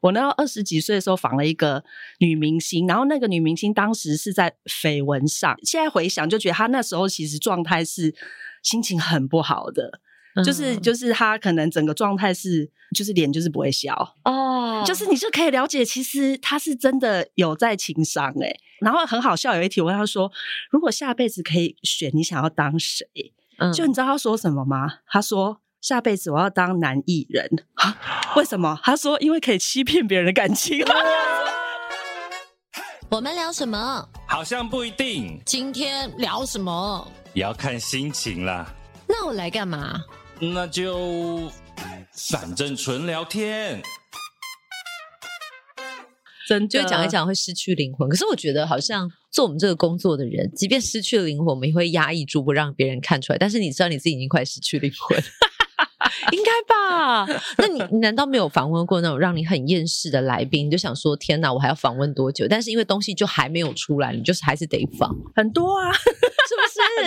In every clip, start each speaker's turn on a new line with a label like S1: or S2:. S1: 我那时候二十几岁的时候访了一个女明星，然后那个女明星当时是在绯闻上，现在回想就觉得她那时候其实状态是心情很不好的。就是
S2: 嗯
S1: 就是她可能整个状态是，就是脸就是不会笑，
S2: 哦，
S1: 就是你就可以了解，其实她是真的有在情商哎、然后很好笑，有一题我问她说，如果下辈子可以选，你想要当谁？
S2: 嗯
S1: 就你知道他说什么吗？他说下辈子我要当男艺人。 啊为什么？他说因为可以欺骗别人的感情。
S2: 我们聊什么？
S3: 好像不一定，
S2: 今天聊什么？
S3: 也要看心情啦。
S2: 那我来干嘛？
S3: 那就反正纯聊天。
S1: 真的
S2: 就讲一，讲会失去灵魂。可是我觉得好像做我们这个工作的人，即便失去了灵魂，我们也会压抑住不让别人看出来。但是你知道你自己已经快失去灵魂， 应该吧？那你你难道没有访问过那种让你很厌世的来宾？你就想说天哪，我还要访问多久？但是因为东西就还没有出来，你就是还是得访，
S1: 很多啊，
S2: 是 不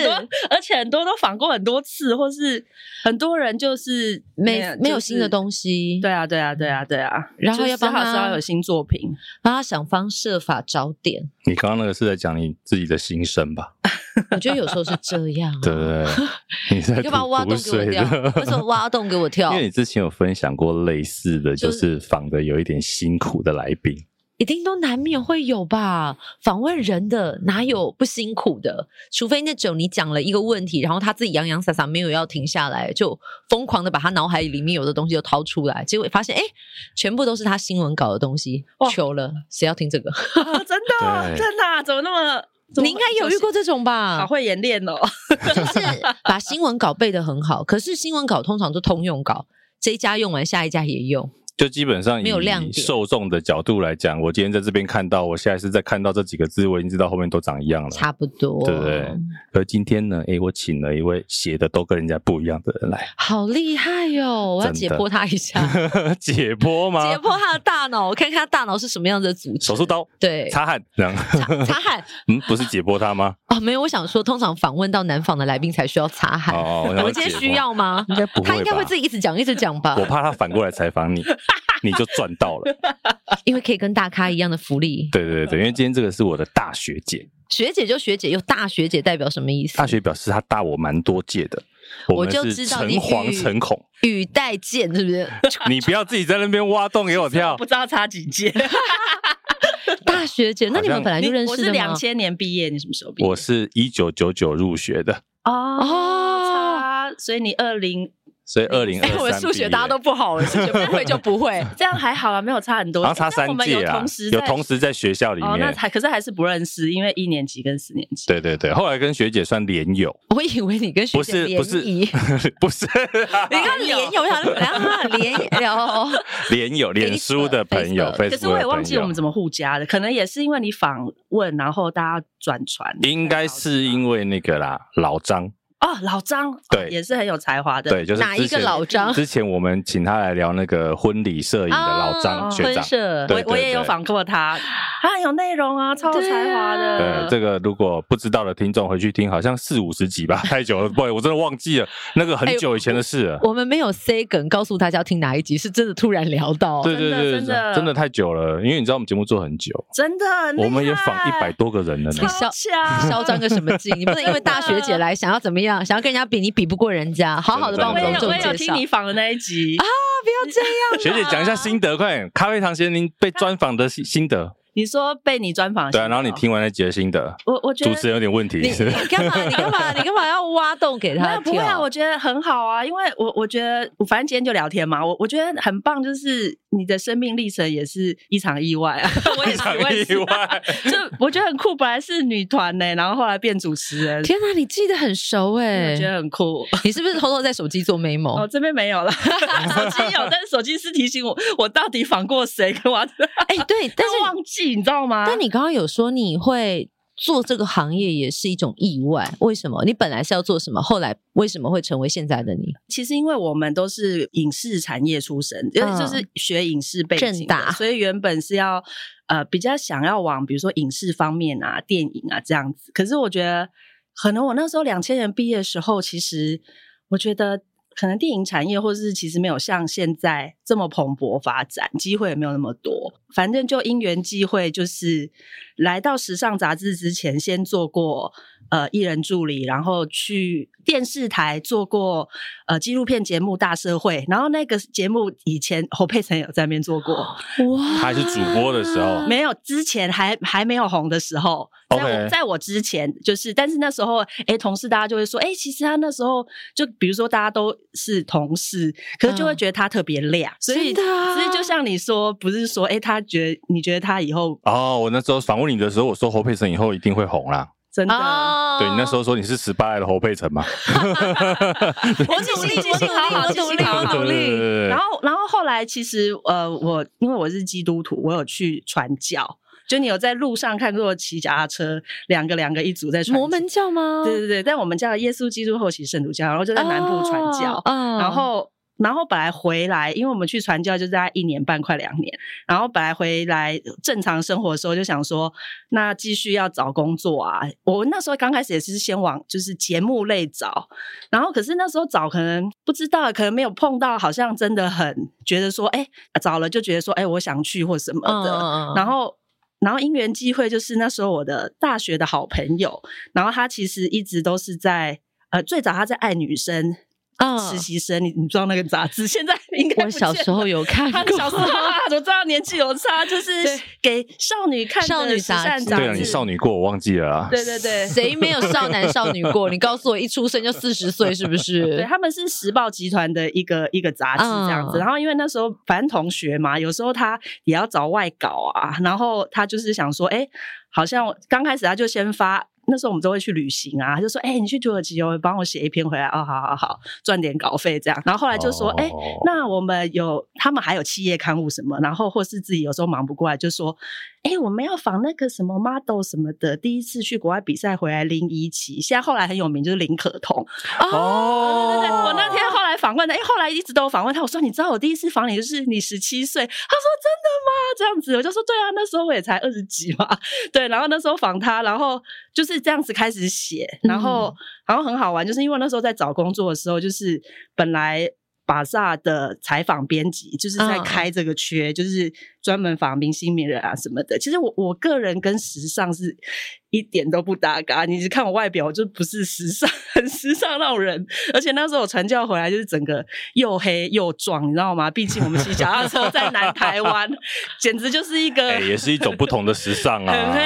S1: 很
S2: 是
S1: 多？，而且很多都访过很多次，或是很多人就是
S2: 没
S1: 有
S2: 没有新的
S1: 西。
S2: 东西，
S1: 对，啊，对啊，对啊，对啊，
S2: 然后
S1: 就
S2: 要
S1: 只
S2: 帮
S1: 好
S2: 他
S1: 是要有新作品，
S2: 帮他想方设法找点。
S3: 你刚刚那个是在讲你自己的心声吧？
S2: 我觉得有时候是这样、啊，
S3: 对不对？你在
S2: 要把
S3: 吐
S2: 挖
S3: 苦
S2: 洞给我
S3: 水
S2: 跳，为什么
S3: 的。
S2: 挖洞给我跳
S3: 因？为你之前有分享过类似的，
S2: 就
S3: 就是是仿的有一点辛苦的来宾，
S2: 一定都难免会有吧？访问人的哪有不辛苦的？除非那种你讲了一个问题，然后他自己洋洋洒洒没有要停下来，就疯狂的把他脑海里面有的东西都掏出来，结果发现哎，诶全部都是他新闻稿的东西
S1: 哇，
S2: 糗了，谁要听这个？
S1: 啊真的，
S3: 对
S1: 真的啊，怎么那么？怎么
S2: 你应该有遇过这种吧？
S1: 好会演练哦，
S2: 就是把新闻稿背得很好，可是新闻稿通常都通用稿，这一家用完下一家也用。
S3: 就基本上
S2: 没有亮
S3: 以
S2: 点
S3: 受众的角度来讲，我今天在这边看到，我下一次再看到这几个字，我已经知道后面都长一样了。
S2: 差不多，
S3: 对不对而今天呢，诶，我请了一位写的都跟人家不一样的人来
S2: 好厉害哟、我要
S3: 真的
S2: 解剖他一下，
S3: 解剖吗？
S2: 解剖他的大脑，我看看他大脑是什么样的组织。
S3: 手术刀，
S2: 对，
S3: 擦汗，这样。
S2: 擦擦汗
S3: 嗯，不是解剖他 吗？
S2: 哦，没有，我想说，通常访问到南访的来宾才需要擦汗。
S3: 哦，
S2: 我
S3: 想
S2: 们
S3: 解
S2: 今天
S3: 剖
S2: 需，要吗？
S3: 应该不
S2: 他应该
S3: 吧
S2: 会自己一直讲，一直讲吧
S3: 我，怕他反过来 采访你，你就赚到了。
S2: 因为可以跟大咖一样的福利。
S3: 对对对，因为今天这个是我的大学姐，
S2: 学姐就学姐，又大学姐代表什么意思
S3: 大？学表示她大我蛮多届的，我们
S2: 就是知道
S3: 诚
S2: 你
S3: 惶
S2: 欲
S3: 诚恐。
S2: 语带剑是不 是？
S3: 你不要自己在那边挖洞给我跳
S2: 啊
S1: 不。知道差几届。
S2: 大学姐，那你
S3: 好
S2: 们
S3: 像
S2: 本来就认
S1: 我
S2: 识
S1: 是
S2: 的
S1: 两
S2: 吗？
S1: 千年毕业，你什么时候毕业？
S3: 我是一九九九入学的，
S1: 哦，差，所以你二零
S3: 所以二零二
S2: 哎，
S3: 三。
S2: 我的数学大家都不好，我数学不会就不会。
S1: 这样还好啊，没有差很多。
S3: 好像差
S1: 但我
S3: 三
S1: 们
S3: 届
S1: 有
S3: 啊
S1: 同时，
S3: 有
S1: 在
S3: 同时在学校里
S1: 哦，那
S3: 面。
S1: 还可是还是不认识，因为一年级跟四年级。
S3: 对对对，后来跟学姐算连友，
S2: 我以为你跟学
S3: 不
S2: 姐
S3: 是
S2: 联
S3: 不是
S2: 谊，
S3: 不是啊
S2: 你看联友，我想说啊联友，
S3: 连友，脸书的朋友
S2: Facebook，
S3: ，Facebook
S1: 可是我也
S3: 的
S1: 忘
S3: 朋
S1: 记
S3: 友
S1: 我们怎么互加的，可能也是因为你访问，然后大家转传。
S3: 应该是因为那个啦，老张，
S1: 啊哦，老张哦
S3: 对
S1: 也是很有才华的。
S3: 对，就是
S2: 哪一
S3: 之前
S2: 个老张？
S3: 之前我们请他来聊那个婚礼摄影的老张
S2: 啊
S3: 学长
S2: 婚，社
S3: 对
S1: 哦我我也有访过 他，他很有内容啊，超有才华
S2: 对
S1: 的
S3: 对。这个如果不知道的听众回去听，好像四五十集吧，太久了，不，我真的忘记了，那个很久以前的事
S1: 哎
S3: 了。
S2: 我们没有 say 梗，告诉大家要听哪一集，是真的突然聊到。
S3: 对
S1: 真
S3: 对
S1: 的
S3: 对，
S1: 真的
S3: 真的太久了，因为你知道我们节目做很久，
S1: 真的很厉害，
S3: 我们也访一百多个人了呢
S1: 超。
S2: 肖
S1: 强，
S2: 嚣张个什么劲？你不能因为大学姐来想要怎么样，想要跟人家比，你比不过人家，好好的帮
S1: 我
S2: 我们
S1: 也
S2: 隆
S1: 有
S2: 重
S1: 我也有
S2: 介绍。
S1: 听你
S2: 不
S1: 访的那一集啊，
S2: 要这样，
S3: 学姐讲一下心得，快点！咖啡堂先生您被专访的心心得，
S1: 你说被你专访的
S3: 对啊，
S1: 时
S3: 然
S1: 候
S3: 后你，听完那集的心得，
S1: 我我觉
S3: 主
S1: 得
S3: 持人有点问题，
S2: 你
S3: 是不是
S2: 你干嘛？你干嘛？你干嘛要挖洞给
S1: 没
S2: 他
S1: 有
S2: 跳？
S1: 不会啊，我觉得很好啊，因为我我觉得我反正今天就聊天嘛，我我觉得很棒，就是你的生命历程也是一场意外啊， 我也是
S3: 一场
S1: 我也是
S3: 意外
S1: 就我觉得很酷，本来是女团呢、然后后来变主持 人，
S2: 天哪，你记得很熟哎、
S1: 我觉得很
S3: 哦
S1: 酷。
S2: 你是不是偷偷在手机做眉毛
S1: 哦，？这边没有了， 手机有，但是手机是提醒我，我到底访过谁跟我要，但
S2: 哎、对，但
S1: 是
S2: 是
S1: 忘记，你知道吗？
S2: 但你刚刚有说你会做这个行业也是一种意外，为什么？你本来是要做什么，后来为什么会成为现在的你？
S1: 其实因为我们都是影视产业出身，因为
S2: 嗯
S1: 就是学影视背
S2: 正
S1: 景
S2: 大
S1: 的，所以原本是要呃比较想要往比如说影视方面啊、电影啊这样子。可是我觉得，可能我那时候两千年毕业的时候，其实我觉得可能电影产业或是其实没有像现在这么蓬勃发展，机会也没有那么多。反正就因缘际会，就是来到时尚杂志之前，先做过呃艺人助理，然后去电视台做过呃纪录片节目《大社会》，然后那个节目以前侯佩岑有在那边做
S2: 哦
S1: 过，
S2: 哇
S3: 他还是主播的时候
S1: 没有之前还还没有红的时候，在我
S3: OK
S1: 在我之前就是，但是那时候哎、诶同事大家就会说，哎、其实他那时候就比如说大家都是同事，可是就会
S2: 嗯
S1: 觉得他特别亮，所以
S2: 真的啊
S1: 所以就像你说，不是说哎、诶他觉得你觉得他以后
S3: 哦，我那时候访问你的时候，我说侯佩岑以后一定会红啦。
S1: 真的。
S2: 哦
S3: 对你那时候说你是十八来的侯佩 岑嘛？
S2: 我努力，
S1: 记性
S2: 我
S1: 好好
S2: 努力，我努力，我
S1: 好
S2: 努
S3: 对对对
S2: 力。
S3: 对
S1: 然后，然后后来其实，呃，我因为我是基督徒，我有去传教。就你有在路上看过骑脚踏车，两个两个一组在传
S2: 摩门教吗？
S1: 对对对，但我们叫耶稣基督后期圣徒教，然后就在南部传教，
S2: 哦嗯
S1: 然后。然后本来回来，因为我们去传教就大概一年半，快两年。然后本来回来正常生活的时候，就想说，那继续要找工作啊。我那时候刚开始也是先往就是节目类找，然后可是那时候找可能不知道，可能没有碰到，好像真的很觉得说，哎，找了就觉得说，哎，我想去或什么的。
S2: 嗯
S1: 然后，然后因缘际会，就是那时候我的大学的好朋友，然后他其实一直都是在呃，最早他在爱女生、
S2: 嗯
S1: 实习生，你你知道那个杂志，现在应该
S2: 我
S1: 不见
S2: 小时候
S1: 了。
S2: 有看
S1: 他
S2: 过，
S1: 小时候， 啊，我知道年纪有差，就是
S2: 对
S1: 给少女看的
S2: 少女
S1: 时尚
S2: 杂志
S1: 杂志。
S3: 对啊，你少女过我忘记了啊。
S1: 对对对。
S2: 谁没有少男少女过？你告诉我，一出生就四十岁是不
S1: 对，
S2: 是？
S1: 他们是时报集团的一个一个杂志这样子。
S2: 嗯
S1: 然后因为那时候反正同学嘛，有时候他也要找外稿啊，然后他就是想说，哎、好像刚开始他就先发。那时候我们都会去旅行啊，他就说：“哎、你去土耳其哦，帮我写一篇回来哦，好好好，赚点稿费这样。”然后后来就说：“哎、
S3: 哦
S1: 那我们有他们还有企业刊物什么，然后或是自己有时候忙不过来，就说，哎、我们要仿那个什么 model 什么的，第一次去国外比赛回来林怡琪，现在后来很有名就是林可彤。
S3: 哦，
S1: 对对对，我那天后来访问的，哎、后来一直都有访问他，我说你知道我第一次访你就是你十七岁，他说真的吗？这样子，我就说对啊，那时候我也才二十几嘛， 对，然后那时候访他，然后就是这样子开始写，然后、然后很好玩，就是因为那时候在找工作的时候，就是本来。巴萨的采访编辑就是在
S2: 嗯
S1: 开这个缺，就是专门访明星名人啊什么的。其实我我个人跟时尚是一点都不搭嘎，你只看我外表，我就不是时尚， 很时尚那种人。而且那时候我传教回来，就是整个又黑又壮，你知道吗？毕竟我们骑脚踏车在南台湾，简直就是一个
S3: 哎也是一种不同的时尚啊。
S1: 很黑。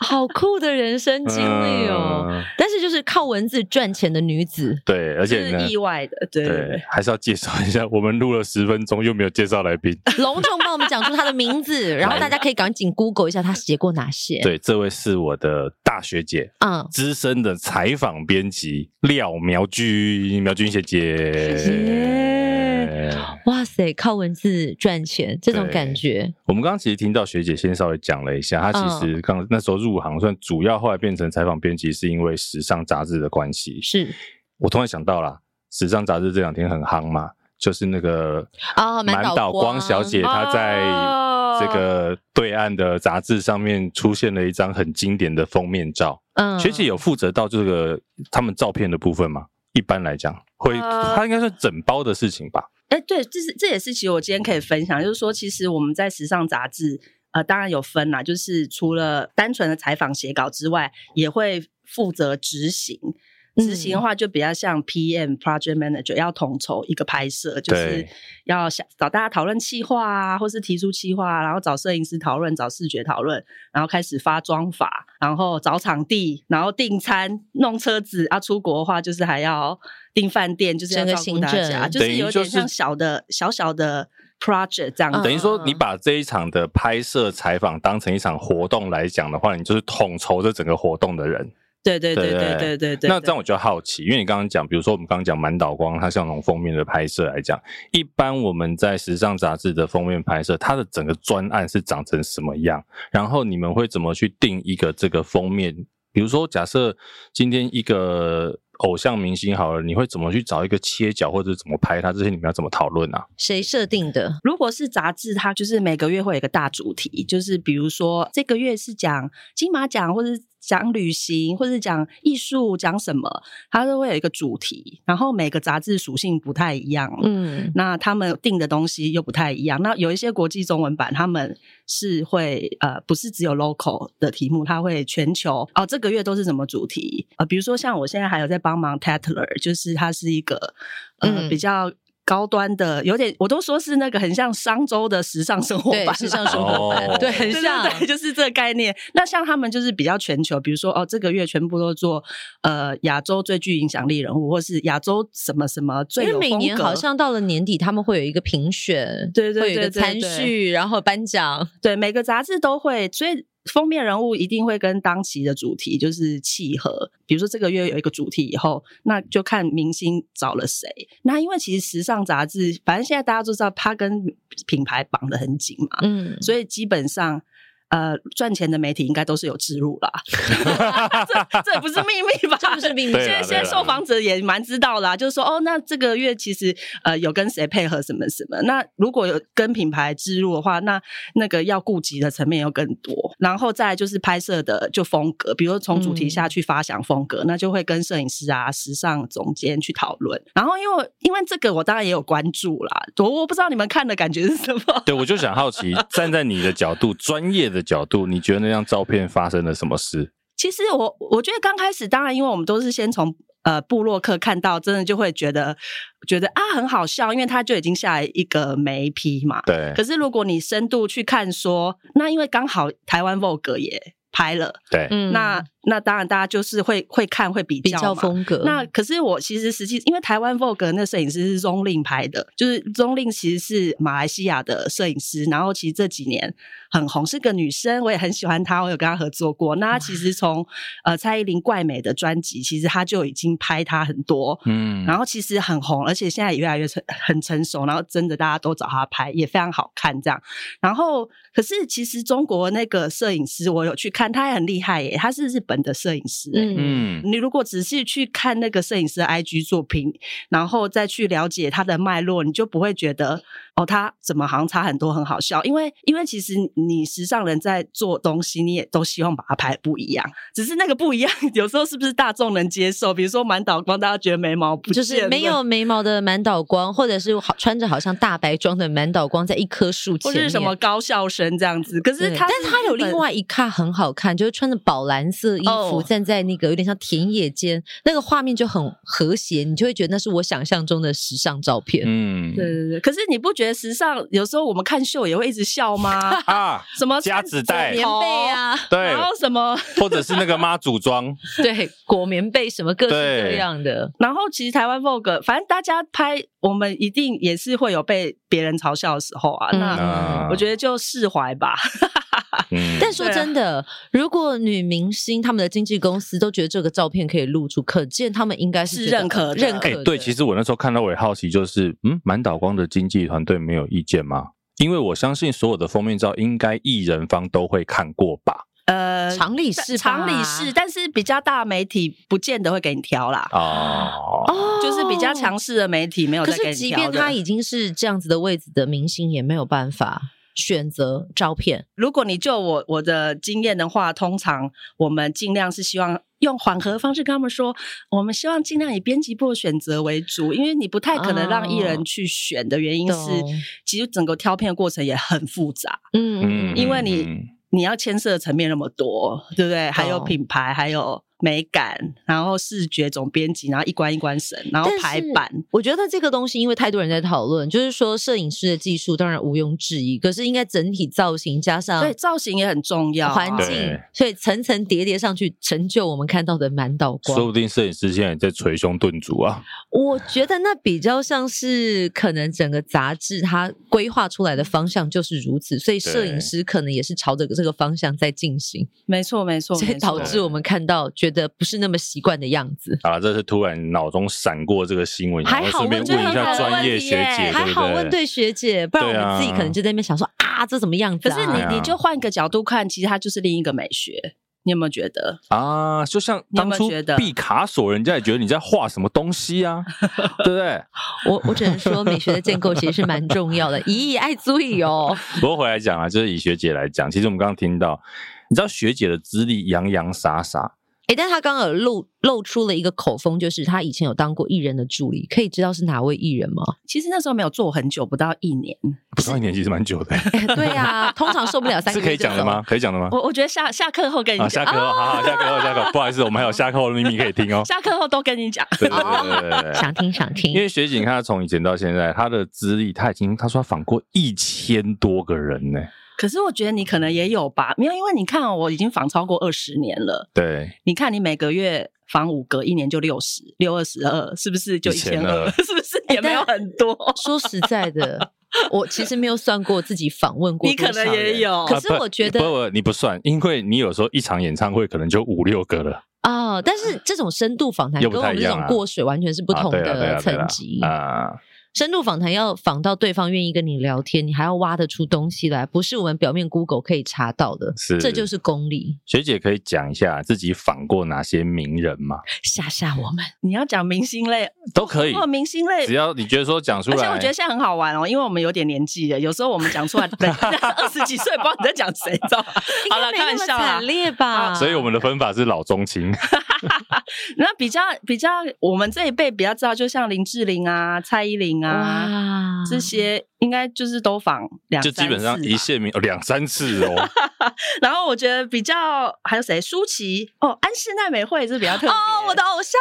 S2: 好酷的人生经历哦！
S3: 嗯
S2: 但是就是靠文字赚钱的女子，
S3: 对，而且呢
S1: 是，意外的，对对
S3: 对
S1: 对，
S3: 还是要介绍一下，我们录了十分钟又没有介绍来宾。
S2: 隆重帮我们讲出她的名 字，然后大家可以赶紧 Google 一下她写过哪些。，
S3: 对，这位是我的大学姐，
S2: 嗯，
S3: 资深的采访编辑廖苗君，苗君学姐。
S2: 耶哇塞，靠文字赚钱这种
S3: 对
S2: 感觉，
S3: 我们刚刚其实听到学姐先稍微讲了一下，她
S2: 嗯
S3: 其实刚那时候入行算主要，后来变成采访编辑是因为时尚杂志的关系。
S2: 是
S3: 我突然想到啦，时尚杂志这两天很夯嘛，就是那个
S2: 哦满岛
S3: 岛光
S2: 光
S3: 小姐，她在
S1: 哦
S3: 这个对岸的杂志上面出现了一张很经典的封面照。
S2: 嗯，
S3: 学姐有负责到这个他们照片的部分吗？一般来讲，会
S1: 呃
S3: 她应该算整包的事情吧？
S1: 哎、对，这是这也是其实我今天可以分享，就是说，其实我们在时尚杂志，呃，当然有分啦，就是除了单纯的采访写稿之外，也会负责执行。执行
S3: 嗯
S1: 的话就比较像 PM project manager 要统筹一个拍摄，就是
S3: 对
S1: 要想找大家讨论企划啊，或是提出企划啊、然后找摄影师讨论，找视觉讨论，然后开始发妆法，然后找场地，然后订餐、弄车子啊。出国的话就是还要订饭店，就是要
S2: 整个
S1: 照顾大
S2: 行
S1: 家，
S2: 政
S1: 就是
S3: 等于
S1: 有
S3: 就
S1: 点
S3: 是
S1: 像小的小小的 project 这样子。
S2: 嗯
S3: 等于说，你把这一场的拍摄采访当成一场活动来讲的话，你就是统筹这整个活动的人。
S1: 对对对
S3: 对
S1: 对对对对。
S3: 那这样我就好奇，因为你刚刚讲，比如说我们刚刚讲满岛光，它像那种封面的拍摄来讲，一般我们在时尚杂志的封面拍摄，它的整个专案是长成什么样？然后你们会怎么去定一个这个封面？比如说，假设今天一个偶像明星好了，你会怎么去找一个切角，或者怎么拍它？这些你们要怎么讨论啊？
S2: 谁设定的？
S1: 如果是杂志，它就是每个月会有一个大主题，就是比如说这个月是讲金马奖，或者是讲旅行或者讲艺术讲什么，它都会有一个主题，然后每个杂志属性不太一样，
S2: 嗯，
S1: 那他们定的东西又不太一样。那有一些国际中文版，他们是会呃，不是只有 local 的题目，它会全球哦，这个月都是什么主题呃，比如说像我现在还有在帮忙 Tatler，就是它是一个呃、
S2: 嗯
S1: 比较。高端的有点，我都说是那个很像商周的时尚生活
S2: 对
S1: 版，，
S2: 是像生活
S3: 哦
S2: 版，对，很
S1: 对
S2: 像，
S1: 对对，就是这个概念。那像他们就是比较全球，比如说哦，这个月全部都做呃亚洲最具影响力人物，或是亚洲什么什么最
S2: 因
S1: 有
S2: 为每
S1: 风
S2: 年
S1: 格
S2: 好像到了年底，他们会有一个评选，
S1: 对对
S2: 会有一
S1: 对对
S2: 个参
S1: 对
S2: 序，然后颁奖，
S1: 对每个杂志都会，所以封面人物一定会跟当期的主题就是契合。比如说这个月有一个主题以后，那就看明星找了谁。那因为其实时尚杂志，反正现在大家都知道，它跟品牌绑得很紧嘛，
S2: 嗯，
S1: 所以基本上。呃，赚钱的媒体应该都是有植入啦， 这这也不是秘密吧？
S2: 这不是秘密，
S3: 对啊
S1: 现在
S3: 啦
S1: 现在受访者也蛮知道啦、就是说哦，那这个月其实呃有跟谁配合什么什么，那如果有跟品牌植入的话，那那个要顾及的层面又更多，然后再来就是拍摄的就风格，比如说从主题下去发想风格，那就会跟摄影师啊、时尚总监去讨论。然后因为因为这个我当然也有关注啦，我我不知道你们看的感觉是什么。
S3: 对，我就想 好奇，站在你的角度，专业的角度，你觉得那张照片发生了什么事？
S1: 其实我我觉得刚开始，当然因为我们都是先从呃布洛克看到，真的就会觉得觉得啊很好笑，因为他就已经下来一个眉批嘛。
S3: 对
S1: 可是如果你深度去看说那因为刚好台湾 Vogue 也拍了，
S3: 对，
S2: 嗯
S1: 那那当然大家就是会会看会比
S2: 比
S1: 较
S2: 较
S1: 嘛
S2: 风格，
S1: 那可是我其实实际，因为台湾 Vogue 那摄影师是 Zong Lin 拍的，就是 Zong Lin 其实是马来西亚的摄影师，然后其实这几年很红，是个女生，我也很喜欢她，我有跟她合作过。那她其实从呃蔡依林怪美的专辑，其实她就已经拍她很多。
S3: 嗯
S1: 然后其实很红，而且现在也越来越成很成熟，然后真的大家都找她拍，也非常好看这样。然后，可是其实中国那个摄影师我有去看，他也很厉害耶，他是日本的摄影师耶，
S2: 嗯
S3: 嗯，
S1: 你如果仔细去看那个摄影师的 IG 作品，然后再去了解他的脉络，你就不会觉得哦，他怎么好像差很多，很好笑。因为因为其实你时尚人在做东西，你也都希望把它拍得不一样，只是那个不一样， 有时候是不是大众能接受？比如说满岛光，大家觉得眉毛不
S2: 就
S1: 见
S2: 是
S1: 了
S2: 没有眉毛的满岛光，或者是好穿着好像大白装的满岛光，在一棵树前
S1: 或
S2: 面，
S1: 是什么高校生这样子，可是
S2: 对
S1: 他
S2: 但是他有
S1: 日本
S2: 另外一卡很好看，就是穿着宝蓝色衣服，
S1: 哦
S2: 站在那个有点像田野间，那个画面就很和谐，你就会觉得那是我想象中的时尚照片。
S3: 嗯？
S1: 对对对，可是你不觉得时尚有时候我们看秀也会一直笑吗
S3: 啊，
S1: 什么
S3: 夹子带
S2: 棉
S1: 穿着
S2: 被啊，
S1: 头，
S3: 对
S1: 然，后什么
S3: 或者是那个妈祖装，
S2: 对，裹棉被什么各式各
S3: 对
S2: 样的，
S1: 然后其实台湾 Vogue，反正大家拍，我们一定也是会有被别人嘲笑的时候啊。
S2: 嗯
S1: 那
S3: 啊
S1: 我觉得就释怀吧。
S3: 嗯，
S2: 但
S1: 啊
S2: 说真的，如果女明星他们的经纪公司都觉得这个照片可以露出，可见他们应该是
S1: 是
S2: 觉得
S1: 认可的
S2: 认可
S3: 哎、
S2: 的。
S3: 对，其实我那时候看到我也好奇，就是嗯，满岛光的经纪团队没有意见吗？因为我相信所有的封面照应该艺人方都会看过吧？
S1: 呃，
S2: 常理是
S1: 常理是，但是比较大媒体不见得会给你挑啦，
S3: 哦，
S2: 哦
S1: 就是比较。强势的媒体没有
S2: 可
S1: 再给
S2: 是，
S1: 你
S2: 即
S1: 挑
S2: 便
S1: 的。
S2: 他已经是这样子的位置的明星，也没有办法选择照片。
S1: 如果你就我我的经验的话，通常我们尽量是希望用缓和的方式跟他们说，我们希望尽量以编辑部的选择为主，因为你不太可能让艺人去选的原因是，
S2: 哦懂
S1: 其实整个挑片的过程也很复杂，
S2: 嗯
S3: 嗯，
S1: 因为你
S3: 嗯
S1: 你要牵涉的层面那么多，对不对？还有品牌，还有美感，然后视觉总编辑，然后一关一关审，然后排版。
S2: 我觉得这个东西，因为太多人在讨论，就是说摄影师的技术当然毋庸置疑，可是应该整体造型加上
S1: 对，造型也很重要啊、
S2: 环境
S3: 对，
S2: 所以层层叠叠上去，成就我们看到的满岛
S3: 说
S2: 光
S3: 不。定摄影师现在也在捶胸顿足啊！
S2: 我觉得那比较像是可能整个杂志它规划出来的方向就是如此，所以摄影
S3: 对
S2: 师可能也是朝着这个方向在进行，
S1: 没错，没错，
S2: 所以
S1: 没
S2: 导
S1: 错。
S2: 致我们看到觉得不是那么习惯的样子。
S3: 啊，这是突然脑中闪过这个新闻，
S2: 还
S3: 嗯然后
S2: 好
S3: 顺便
S2: 我觉得
S3: 问一
S2: 很好
S3: 下
S2: 的
S3: 专业
S1: 问题
S3: 学
S1: 耶
S3: 姐，
S2: 还
S3: 对不
S2: 好
S3: 对？
S2: 问对学姐，不然我
S3: 对啊
S2: 们自己可能就在那边想说啊，这怎么样子
S1: 可
S2: 啊？
S1: 是
S3: 对啊
S1: 你你就换个角度看，其实它就是另一个美学。你有没有觉得？
S3: 啊，就像
S1: 你有
S3: 当
S1: 没有
S3: 初
S1: 觉得
S3: 毕卡索，人家也觉得你在画什么东西啊， 对不对？
S2: 我我只能说，美学的建构其实是蛮重要的，以以爱足以哦。
S3: 不过回来讲啊，就是以学姐来讲，其实我们刚刚听到你知道学姐的资历洋洋洒洒，
S2: 哎，但他刚刚有露露出了一个口风，就是他以前有当过艺人的助理，可以知道是哪位艺人吗？
S1: 其实那时候没有做很久，不到一年。
S3: 不到一年其实蛮久的，
S2: 对呀、通常受不 了三个月
S3: 是可以
S2: 就
S3: 讲的
S2: 走
S3: 吗？？可以讲的吗？
S1: 我我觉得下下课后跟你
S3: 啊，
S1: 讲，。
S3: 下课后，
S2: 哦
S3: 好好，下课后，下课后， 不好意思，我们还有下课后的秘密可以 听哦
S1: 下课后都跟你讲。
S3: 对对对对对对对。
S2: 想听想
S3: 因
S2: 听，
S3: 为学姐，你看她从以前到现在，她的资历，她已经她说她访过一千多个人呢、
S1: 可是我觉得你可能也有吧，没有，因为你看、哦、我已经访超过二十年了，
S3: 对，
S1: 你看你每个月访五个，一年就六十六二十二，是不是就一千二？
S3: 1200
S1: 是不
S2: 哎
S1: 是也没有很多？
S2: 说实在的，我其实没有算过自己访问过
S1: 你
S2: 多
S1: 可
S2: 少人，
S1: 能也有，
S2: 可是
S3: 啊不
S2: 我觉得
S3: 不不，你不算，因为你有时候一场演唱会可能就五六个了，
S2: 哦，但是这种深度访谈
S3: 嗯又
S2: 跟
S3: 不
S2: 我
S3: 太
S2: 们
S3: 一
S2: 这
S3: 样
S2: 种
S3: 啊
S2: 过水完全是不
S3: 啊
S2: 同
S3: 对啊对啊
S2: 的
S3: 对啊
S2: 层级。
S3: 啊，
S2: 深度访谈要访到对方愿意跟你聊天，你还要挖得出东西来，不是我们表面 Google 可以查到的。
S3: 是
S2: 这就是功力，
S3: 学姐可以讲一下自己访过哪些名人吗？
S2: 吓吓我 们。
S1: 你要讲明星类，
S3: 都可以
S1: 如，果明星类
S3: 只。要你觉得说讲出
S1: 而
S3: 来，
S1: 且我觉得现在很好玩哦，因为我们有点年纪了，有时候我们讲出 来，等二十几岁不知道你在讲谁，知道吗？好了，
S2: 应
S1: 开
S2: 该没
S1: 玩
S2: 那么
S1: 笑啦
S2: 惨。烈
S1: 啊
S2: 吧？
S3: 啊所以我们的分法是老中 青，
S1: 那比较比较，我们这一辈比较知道，就像林志玲啊、蔡依林啊
S2: 哇，
S1: 这些，应该就是都访两
S3: 就
S1: 三次
S3: 基本上一
S1: 吧
S3: 线名哦两三次哦。
S1: 然后我觉得比较还有谁？舒淇哦，安室奈美惠是比较特别
S2: 哦，我的偶 像，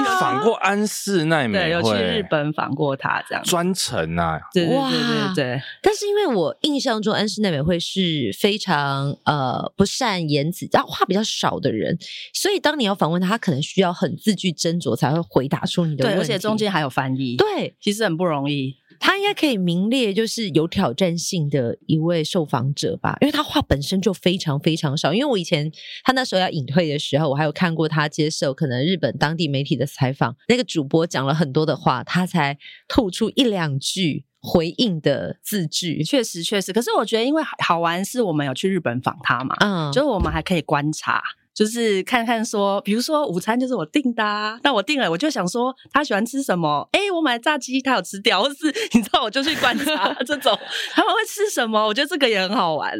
S3: 你访过安室奈美
S1: 对，有去
S3: 惠
S1: 日本访过她这样。
S3: 专程啊，
S1: 对对
S2: 哇
S1: 对对对，
S2: 但是因为我印象中安室奈美惠是非常呃不善言辞，然后话比较少的人，所以当你要访问他，他可能需要很字句斟酌才会回答出你的问
S1: 对，
S2: 题。
S1: 而且中间还有翻译，，
S2: 对
S1: 其实很不容易。
S2: 他应该可以名列就是有挑战性的一位受访者吧，因为他话本身就非常非常少。因为我以前他那时候要隐退的时候，我还有看过他接受可能日本当地媒体的采访，那个主播讲了很多的话，他才吐出一两句回应的字句。
S1: 确实确实，可是我觉得因为好好玩是我们有去日本访她嘛，
S2: 嗯，
S1: 就是我们还可以观察。就是看看说，比如说午餐就是我订的、啊，那我订了，我就想说他喜欢吃什么？诶，我买炸鸡，他有吃掉，或是 你知道，我就去观 察这种他们会吃什么，我觉得这个也很好玩。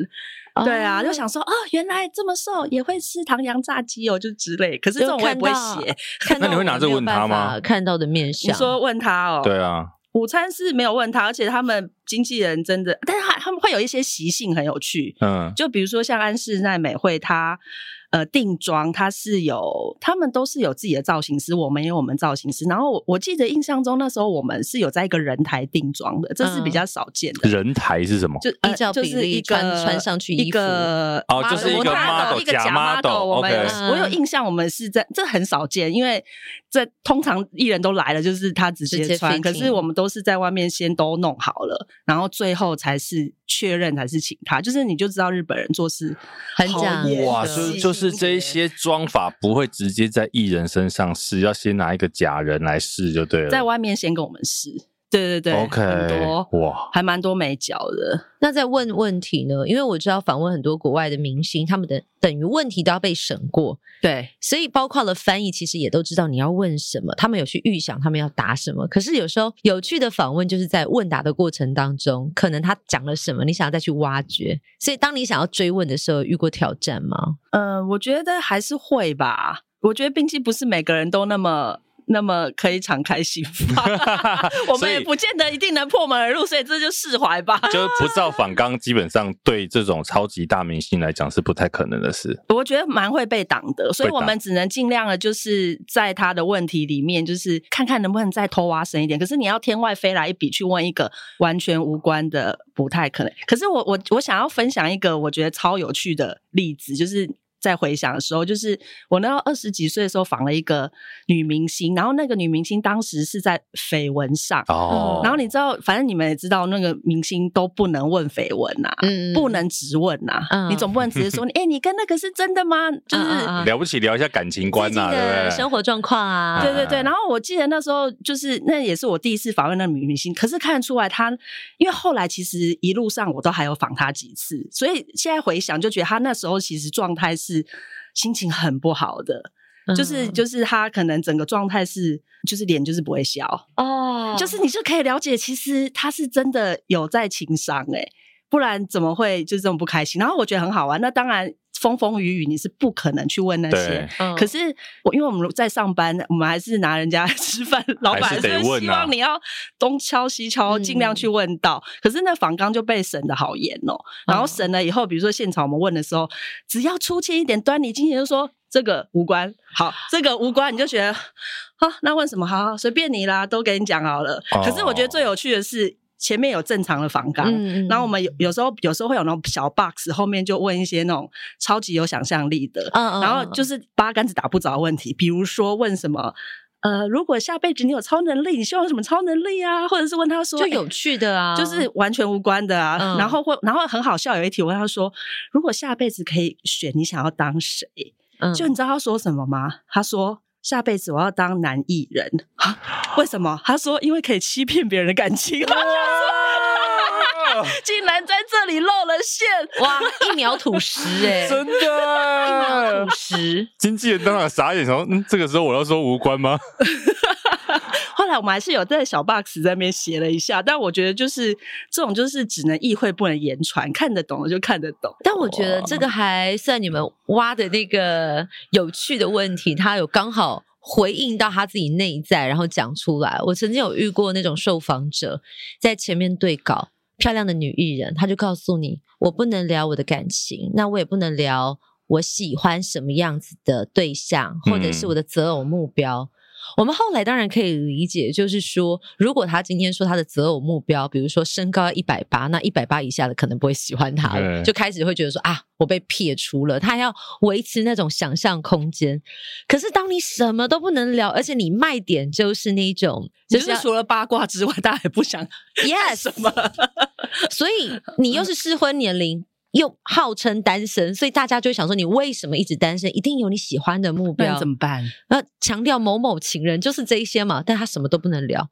S1: 对啊，
S2: 哦
S1: 就想说哦，原来这么瘦也会吃唐扬炸鸡哦，就之类。可是这
S2: 就
S1: 种我也
S2: 看
S1: 不会
S2: 到
S1: 写。
S2: 看
S3: 那
S2: 到
S3: 你会
S2: 我
S3: 拿这
S2: 没有
S3: 问他
S2: 办
S3: 吗
S2: 法看到的面
S1: 你
S2: 相，
S1: 说问他哦，
S3: 对啊，
S1: 午餐是没有问他，而且他们经纪人真的，但是他他们会有一些习性很有趣，
S3: 嗯，
S1: 就比如说像安室奈美惠，她呃定妆，她是有，他们都是有自己的造型师，我们也有我们造型师。然后我我记得印象中那时候我们是有在一个人台定妆的，这是比较少见的。
S3: 人台是什么？
S1: 就呃
S2: 依照
S1: 就
S2: 比
S1: 是
S2: 例
S1: 一个
S2: 穿穿上去衣服嗯
S1: 一个
S3: 哦就是一个 model，
S1: 一个
S3: 假
S1: 假
S3: model，
S1: 我们有
S2: OK
S1: 我有印象，我们是在这很少见，因为这通常艺人都来了，就是他直
S2: 直接
S1: 接穿，
S2: fitting
S1: 可是我们都是在外面先都弄好了，然后最后才是确认才是请他，就是你就知道日本人做事
S2: 很
S1: 好
S2: 讲
S1: 严
S3: 哇，
S1: 格
S2: 是
S3: 就是就是这一。些妆法不会直接在艺人身上试，要先拿一个假人来试就对了。
S1: 在外面先跟我们试。对对对
S3: OK，
S1: 很多
S3: 哇
S1: 还蛮多美角的。
S2: 那在问问题呢？因为我知道访问很多国外的明星，他们的等于问题都要被审过，
S1: 对，
S2: 所以包括了翻译，其实也都知道你要问什么，他们有去预想他们要答什么。可是有时候有趣的访问就是在问答的过程当中，可能他讲了什么，你想要再去挖掘。所以当你想要追问的时候，遇过挑战吗？
S1: 呃，我觉得还是会吧。我觉得并且不是每个人都那么那么可以敞开心房， 我
S3: 所
S1: 们
S3: 以
S1: 也不见得一定能破门而入，所以这就释怀吧。
S3: 就是不造反刚，基本上对这种超级大明星来讲是不太可能的事。
S1: 我觉得蛮会被挡的，所以
S3: 被挡
S1: 我们只能尽量的，就是在他的问题里面，就是看看能不能再偷挖深一点。可是你要天外飞来一笔去问一个完全无关的，不太可能。可是我我我想要分享一个我觉得超有趣的例子，就是。在回想的时候，就是我那二十几岁的时候访了一个女明星，然后那个女明星当时是在绯闻上，
S3: 哦，
S1: 嗯然后你知道，反正你们也知道，那个明星都不能问绯闻啊呐、
S2: 嗯
S1: 不能直问呐、
S2: 嗯
S1: 你总不能直接 说，哎、你跟那个是真的吗？
S2: 啊
S1: 就是。
S3: 了不起聊一下感情观呐、
S2: 自己的
S3: 对
S2: 生
S3: 不
S2: 活状况啊，
S1: 对对对，然后我记得那时候就是那也是我第一次访问那女明星，可是看得出来她，因为后来其实一路上我都还有访她几次，所以现在回想就觉得她那时候其实状态是心情很不好的，就是
S2: 嗯
S1: 就是她可能整个状态是就是脸就是不会笑，
S2: 哦
S1: 就是你就可以了解，其实他是真欸的有在情商哎、不然怎么会就这么不开心？然后我觉得很好玩。那当然，风风雨雨，你是不可能去问那些
S3: 对。，
S2: 嗯
S1: 可是我因为我们在上班，我们还是拿人家 吃饭，老板
S3: 还是得
S1: 会
S3: 问
S1: 希
S3: 啊
S1: 望你要东敲西敲，
S2: 嗯
S1: 尽量去问到。可是那访纲就被审的好严哦、然
S2: 嗯
S1: 后审了以后，比如说现场我们问的时候，只要出现一点端倪，经理就说。这个无关，好，这个无关，你就觉得啊，那问什么？好，随便你啦，都给你讲好了。可是我觉得
S3: 哦
S1: 最有趣的是前面有正常的访纲，
S2: 嗯
S1: 啊然后我们有有时候有时候会有那种小 box，后面就问一些那种超级有想象力的，
S2: 嗯嗯
S1: 然后就是是八竿子打不着的问题，比如说问什么。呃，如果下辈子你有超能力，你希望有什么超能力啊？或者是问他说，
S2: 就
S1: 哎
S2: 有趣的啊，
S1: 就是完全无关的啊。
S2: 嗯
S1: 然后或然后很好笑，有一题我问他说，如果下辈子可以选，你想要当谁？
S2: 嗯
S1: 就你知道他说什么吗？他说下辈子我要当男艺人。 啊为什么？他说因为可以欺骗别人的感 情。竟然在这里露了馅，
S2: 哇一秒吐 石哎，
S3: 真的 啊
S2: 吐石，
S3: 经纪人当场傻眼，想说：“嗯，这个时候我要说无关吗
S1: 后来我们还是有在小 box 在那边写了一下，但我觉得就是这种就是只能意会不能言传，看得懂的就看得懂。哦
S2: 但我觉得这个还算你们挖的那个有趣的问题，他有刚好回应到他自己内在，然后讲出来。我曾经有遇过那种受访者在前面对稿，漂亮的女艺人，她就告诉你，我不能聊我的感情，那我也不能聊我喜欢什么样子的对象，或者是我的择偶目标。我们后来当然可以理解，就是说，如果他今天说他的择偶目标，比如说身高一百八，那一百八以下的可能不会喜欢他了，
S3: 对
S2: 就开始会觉得说啊，我被撇除了。他要维持那种想象空间。可是当你什么都不能聊，而且你卖点就是那一种，
S1: 就
S2: 就是
S1: 是
S2: 要
S1: 除了八卦之外，大家也不想
S2: yes，
S1: 什么。
S2: 所以你又是适婚年龄。又号称单身，所以大家就会想说，你为什么一直单身？一定有你喜欢的目
S1: 不
S2: 标
S1: 然，怎么 办？
S2: 那强调某某情人就是这一些嘛，但他什么都不能聊。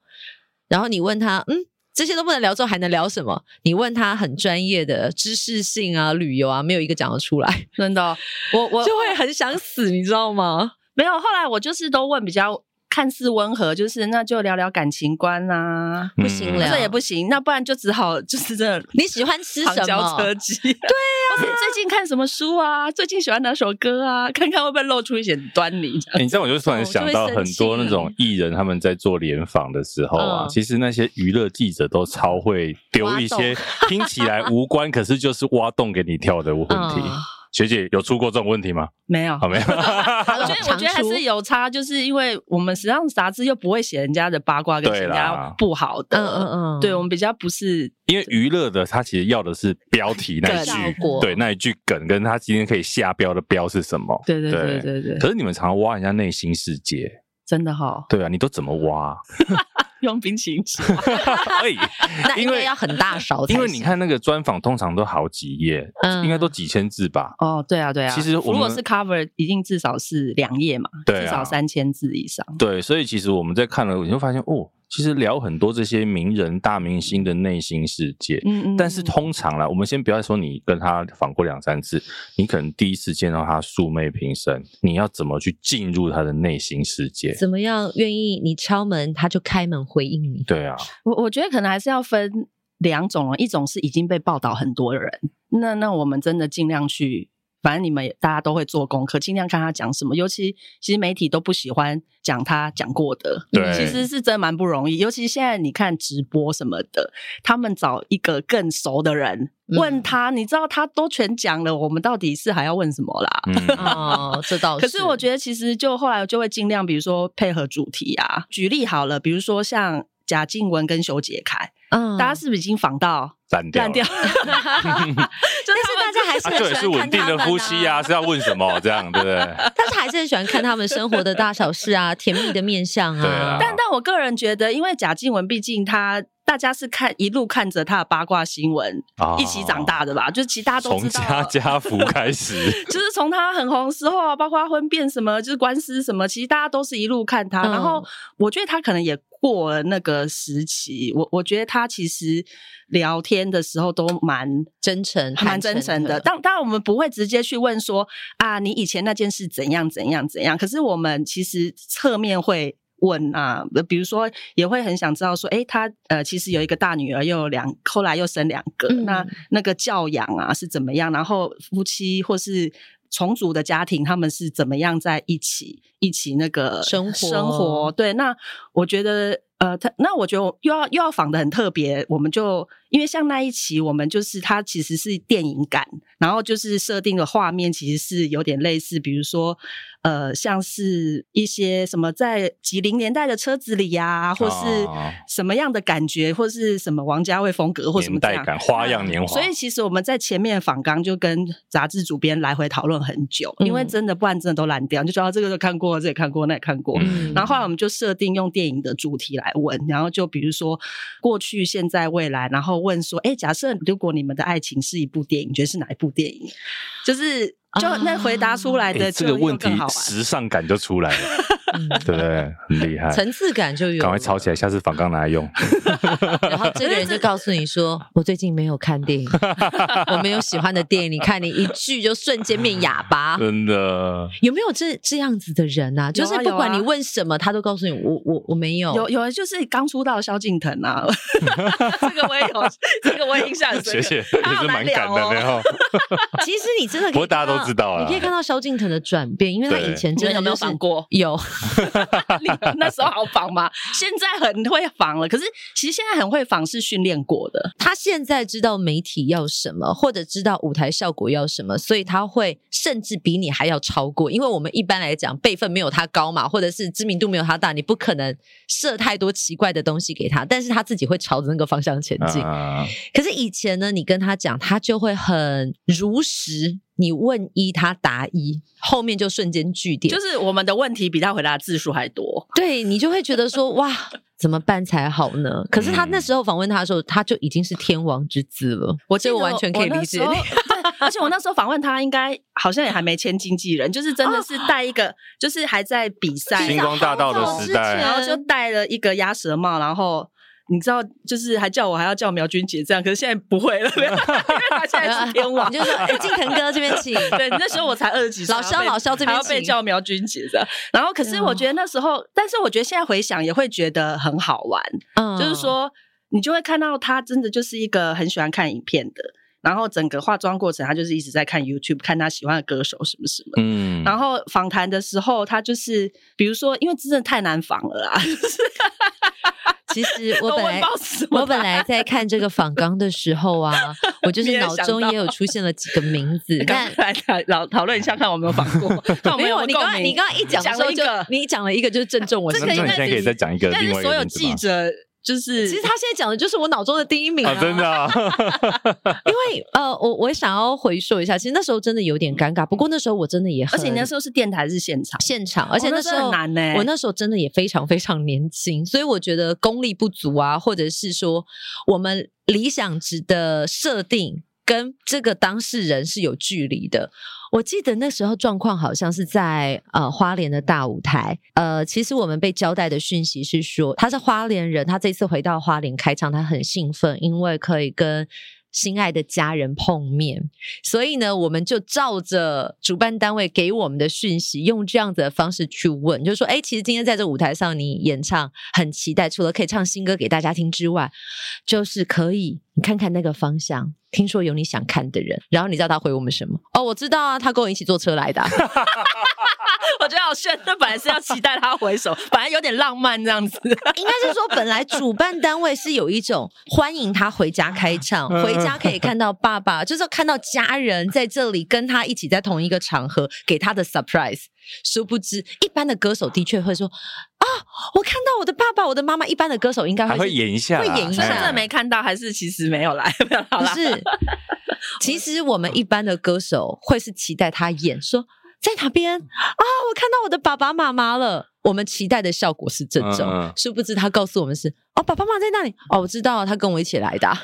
S2: 然后你问他，嗯，这些都不能聊之后还能聊什么？你问他很专业的知识性啊、旅游啊，没有一个讲得出来，
S1: 真的哦，我我
S2: 就会很想死，你知道吗？
S1: 没有。后来我就是都问比较看似温和，就是那就聊聊感情观啊？”，
S2: 不行嗯
S3: 嗯
S2: 了
S1: 这也不行，那不然就只好就是这
S2: 你喜 欢 吃
S1: 旁
S2: 什
S1: 敲侧
S2: 么？嗯 啊
S1: 击。对呀、或是最近看什么书啊？最近喜欢哪首歌啊？看看会不会露出一些端倪。这样
S2: 哦
S3: 欸你知道，我就突然想到很多那种艺人他们在做联访的时候啊，
S2: 嗯
S3: 其实那些娱乐记者都超会丢一 些
S2: 挖嗯
S3: 听起来无关，可是就是挖洞给你跳的问题。
S2: 嗯
S3: 学姐有出过这种问题吗？
S1: 没有
S3: 好、，没有。
S1: 我觉得我觉得还是有差，就是因为我们时尚杂志又不会写人家的八卦跟
S3: 对
S1: 人
S3: 啦
S1: 家不好的，
S2: 嗯嗯嗯，
S1: 对我们比较不是
S3: 因为娱乐的，它其实要的是标题那一
S1: 梗
S2: 效
S3: 句
S2: 果，
S3: 对那一句梗，跟它今天可以下标的标是什么？
S1: 对对对对对，
S3: 可是你们常常挖人家内心世界，
S1: 真的哈、
S3: 对啊，你都怎么挖？
S1: 用冰淇淋吃，
S3: 哎，
S2: 那应
S3: 因
S2: 该
S3: 为
S2: 要很大勺才行，
S3: 因为你看那个专访通常都好几页，
S2: 嗯
S3: 应该都几千字吧？
S1: 哦，对啊，对啊。
S3: 其实我
S1: 如果
S3: 们
S1: 是 cover，一定至少是两页嘛，
S3: 对啊
S1: 至少三千字以上。
S3: 对，所以其实我们在看了，你会发现哦，其实聊很多这些名人、大明星的内心世界。
S1: 嗯嗯。
S3: 但是通常啦，我们先不要说你跟他访过两三次，你可能第一次见到他素昧平生，你要怎么去进入他的内心世界？
S2: 怎么样愿意你敲门，他就开门回应你。
S3: 对啊，
S1: 我我觉得可能还是要分两种哦，一种是已经被报道很多的人，那那我们真的尽量去，反正你们也大家都会做功课，尽量看他讲什么。尤其其实媒体都不喜欢讲他讲过的，
S3: 对
S1: 其实是真蛮不容易。尤其现在你看直播什么的，他们找一个更熟的人。
S2: 嗯
S1: 问他，你知道他都全讲了，我们到底是还要问什么啦？
S3: 嗯，
S2: 哦，这倒是。
S1: 可是我觉得其实就后来就会尽量，比如说配合主题啊。举例好了，比如说像贾静雯跟修杰楷，
S2: 得，嗯
S1: 大家是不是已经仿到
S3: 烂掉
S1: 烂
S3: 了
S1: 掉？ 但
S2: 但是大家还是
S3: 啊，
S2: 很喜
S3: 这也
S2: 欢
S3: 是稳
S2: 看
S3: 定
S2: 他
S3: 的
S2: 们
S3: 夫妻啊，是要问什么？这样对不对？
S2: 但是还是很喜欢看他们生活的大小事啊，甜蜜的面相
S3: 对
S2: 啊
S3: 啊。
S1: 但但我个人觉得，因为贾静雯毕竟她大家是看一路看着她的八卦新闻、
S3: 啊
S1: 一起长，大的吧，就是其实大家都
S3: 从
S1: 知道
S3: 家
S1: 了。，
S3: 家福开始
S1: 就是从她很红之后啊，包括婚变什么，就是官司什么，其实大家都是一路看她。
S2: 嗯
S1: 然后我觉得她可能也过了那个时期，我我觉得她其实聊天的时候都蛮
S2: 真诚，
S1: 蛮真诚的。当当然，我们不会直接去问说啊，你以前那件事怎样怎样怎样。可是我们其实侧面会问啊，呃比如说也会很想知道说，诶，他呃，其实有一个大女儿，又有两，后来又生两个，
S2: 嗯
S1: 那那个教养啊是怎么样？然后夫妻或是。重组的家庭他们是怎么样在一起一起那个
S2: 生活
S1: 生活。对，那我觉得。呃，他那我觉得我又要又要仿的很特别，我们就因为像那一期，我们就是它其实是电影感，然后就是设定的画面其实是有点类似，比如说呃，像是一些什么在几零年代的车子里呀、或是
S3: 啊
S1: 什么样的感觉，或是什么王家卫风格 或什么
S3: 年
S1: 这
S3: 代
S1: 样。嗯
S3: 感、花样年华，
S1: 所以其实我们在前面访纲就跟杂志主编来回讨论很久，因为
S2: 嗯
S1: 真的不然真的都烂掉，你就觉得、啊这个就看过，这也看过，那也看过，
S3: 嗯
S1: 然后后来我们就设定用电影的主题来问，然后就比如说过去、现在、未来，然后问说，哎，假设如果你们的爱情是一部电影，你觉得是哪一部电影？就是
S2: 啊
S1: 就那回答出来
S3: 哎
S1: 的
S3: 这
S1: 就
S3: 个
S1: 又
S3: 问题
S1: 更好玩。
S3: 时尚感就出来了， 对不对？很厉害，
S2: 嗯层次感就
S1: 哦
S2: 有。
S3: 赶快抄起来，下次仿纲拿来用。
S2: 然后这个人就告诉你说：“我最近没有看电影，我没有喜欢的电影。”你看，你一句就瞬间变哑
S1: 啊
S2: 巴。
S3: 真的，
S2: 有没有这这样子的人啊？就是不管
S1: 有啊
S2: 你问什么，他都告诉你：“我我我没有。
S1: 有
S3: 哦
S1: 有人就是刚出道的萧敬腾啊， 这个我也有，这个我也印象 很深
S3: 学
S1: 刻。
S3: 姐也
S1: 他好
S3: 是蛮
S1: 难
S3: 敢
S1: 聊
S3: 的，然
S1: 哦。
S3: 后
S2: 其实你真的可以看到，
S3: 不过大家都知道啊
S2: 你可以看到萧敬腾的转变，因为他
S3: 对
S2: 以前
S1: 你
S2: 真
S1: 们
S2: 的
S1: 有没有
S2: 就是
S1: 仿过？
S2: 有，
S1: 你们 那时候好仿吗？现在很会仿了，可是其实现在很会仿是训练过的。
S2: 他现在知道媒体要什么，或者知道舞台效果要什么，所以他会甚至比你还要超过。因为我们一般来讲辈分没有他高嘛，或者是知名度没有他大，你不可能设太多奇怪的东西给他，但是他自己会朝着那个方向前进。
S3: 啊，
S2: 可是以前呢，你跟他讲，他就会很如实，你问一他答一，后面就瞬间据点，
S1: 就是我们的问题比他回答字数还多。
S2: 对你就会觉得说哇。怎么办才好呢？可是他
S3: 嗯
S2: 那时候访问他的时候，他就已经是天王之姿了，
S1: 我
S2: 所以我完全可以理解
S1: 我那。时
S2: 你
S1: 候对，而且我那时候访问他，应该好像也还没签经纪人，就是真的是带一个，就是还在比赛，
S3: 星光大道的时代
S1: 然后就戴了一个鸭舌帽，然后。你知道，就是还叫我还要叫苗君姐这样，可是现在不会了， 因为他现在是天王
S2: 你。就说哎，敬腾哥这边 请。
S1: 对，那时候我才二十几岁，
S2: 老
S1: 还要被
S2: 肖，老肖这
S1: 还
S2: 边
S1: 要被
S2: 请哦
S1: 叫苗君姐这样。然后，可是我觉得那时候，但是我觉得现在回想也会觉得很好玩，
S2: 嗯
S1: 就是，说你就会看到他真的就是一个很喜欢看影片的，然后整个化妆过程他就是一直在看 YouTube，看他喜欢的歌手什么什么。
S3: 嗯
S1: 然后访谈的时候，他就是比如说，因为真的太难访了啊，
S2: 其实 我
S1: 都
S2: 本
S1: 问
S2: 来
S1: 不。到什么
S2: 我本来在看这个访纲的时候啊，我就
S1: 你
S2: 是
S1: 也
S2: 脑
S1: 想
S2: 中
S1: 到
S2: 也有出现了几个名字，
S1: 刚
S2: 但
S1: 才来讨讨论一下，看我有没有访 过，看我们
S2: 没
S1: 有
S2: 有
S1: 没
S2: 你
S1: 有
S2: 刚
S1: 共
S2: 刚
S1: 鸣
S2: 你刚刚一讲的
S1: 讲
S2: 时候
S1: 了一
S2: 就
S1: 个
S2: 你讲了一个就是正中我
S1: 这
S2: 心
S1: 个
S3: 那
S1: 应
S3: 你
S1: 该
S3: 现在
S1: 是
S3: 可以再讲一个
S1: 但
S3: 另
S1: 是
S3: 外一
S1: 所有
S3: 个名字
S1: 记
S3: 吗？
S1: 者就是，
S2: 其实他现在讲的就是我脑中的第一名
S3: 啊，真的啊，
S2: 因为呃，我我想要回溯一下，其实那时候真的有点尴尬，不过那时候我真的也很
S1: 而且你那时候是电台是现场，
S2: 现场，而且
S1: 哦那
S2: 那时候、
S1: 真的很难欸
S2: 我那时候真的也非常非常年轻，所以我觉得功力不足啊，或者是说我们理想值的设定跟这个当事人是有距离的。我记得那时候状况好像是在呃花莲的大舞台，呃，其实我们被交代的讯息是说他是花莲人，他这次回到花莲开唱，他很兴奋，因为可以跟心爱的家人碰面。所以呢，我们就照着主办单位给我们的讯息，用这样子的方式去问，就是说，哎，其实今天在这舞台上你演唱很期待，除了可以唱新歌给大家听之外，就是可以你看看那个方向，听说有你想看的人，然后你知道他回我们什么？哦，我知道啊，他跟我一起坐车来的啊、
S1: 我觉得好炫，那本来是要期待他回 首，本来有点浪漫这样子。
S2: 应该是说，本来主办单位是有一种欢迎他回家开唱，回家可以看到爸爸，就是看到家人在这里跟他一起在同一个场合给他的 surprise。殊不知，一般的歌手的确会说啊，我看到我的爸爸、我的妈妈。一般的歌手应该
S3: 还
S2: 会
S3: 会
S2: 是啊
S3: 演一下啦，
S2: 会演一
S1: 所以
S2: 下
S1: 真的
S3: 哎
S1: 没看到，还是其实没有来？没有好
S2: 不
S1: 啦，
S2: 是，其实我们一般的歌手会是期待他演说在哪边啊，我看到我的爸爸妈妈了。我们期待的效果是这种，
S3: 嗯嗯
S2: 殊不知他告诉我们是哦，爸爸妈妈在那里哦，我知道，他跟我一起来的啊、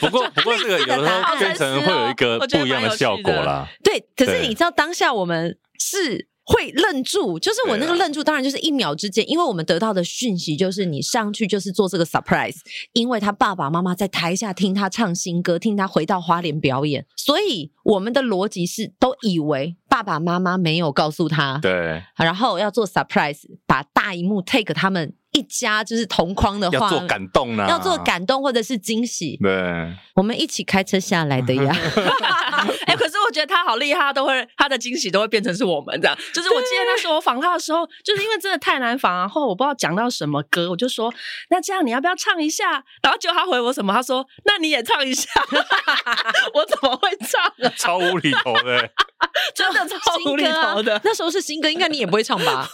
S3: 不过不过这个有 时
S2: 答
S3: 候
S2: 案
S3: 变成会有一个
S1: 哦我觉得
S3: 不一样的效果啦。
S2: 对，可是
S3: 对
S2: 你知道当下我们是。会愣住，就是我那个
S3: 对啊
S2: 愣住，当然就是一秒之间，因为我们得到的讯息就是你上去就是做这个 surprise，因为他爸爸妈妈在台下听他唱新歌，听他回到花莲表演，所以我们的逻辑是都以为爸爸妈妈没有告诉他，
S3: 对，
S2: 然后要做 surprise，把大荧幕 take 他们一家就是同框的
S3: 要
S2: 话，
S3: 做感动啊啦，
S2: 要做感动或者是惊喜，
S3: 对，
S1: 嗯
S2: 我们一起开车下来的呀。
S1: 哎、可是我觉得他好厉害，都会他的惊喜都会变成是我们这样。就是我记得那时候我访他的时候，就是因为真的太难访啊，然后我不知道讲到什么歌，我就说那这样你要不要唱一下？然后就他回我什么？他说那你也唱一 下，我怎么会唱啊？
S3: 超无厘头的，
S1: 啊真的超无厘头的，
S2: 那时候是新歌，应啊该你也不会唱 吧？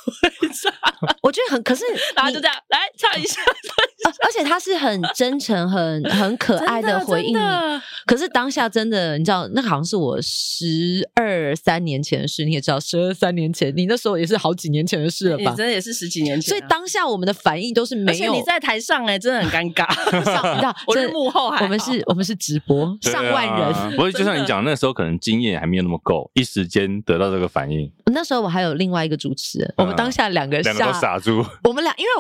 S2: 我觉得很，可是
S1: 然后
S2: 你
S1: 就这样来唱一下，
S2: 呃而且他是很真诚、很很 可爱
S1: 真
S2: 的回应你
S1: 真。的
S2: 可是当下真的，你知道，那好像是我十二三年前的事，你也知道，十二三年前，你那时候也是好几年前的事了
S1: 你
S2: 吧
S1: 真？的也是十几年前
S2: 所
S1: 啊、
S2: 以当下我们的反应都是
S1: 而
S2: 没
S1: 且
S2: 有
S1: 你在台上哎、真的很尴尬。
S2: 上，你知道
S1: ，我
S2: 真
S1: 是
S2: 的
S1: 幕后还好，
S2: 我们是，我们是直播
S3: 对 啊
S2: 上万人。
S3: 不是，就像你讲，那时候可能经验还没有那么够，一时间得到这个反应，
S2: 那时候我还有另外一个主持人，我们当下两个
S3: 嗯两个都
S2: 吓，
S3: 傻 住。
S2: 我们俩，因为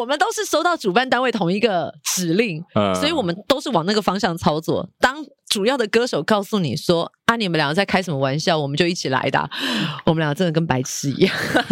S2: 我们都是收到主办单位同一个指令，
S3: 嗯，
S2: 所以我们都是往那个方向操作。当主要的歌手告诉你说啊，你们两个在开什么玩笑，我们就一起来的啊。我们俩真的跟白痴一样。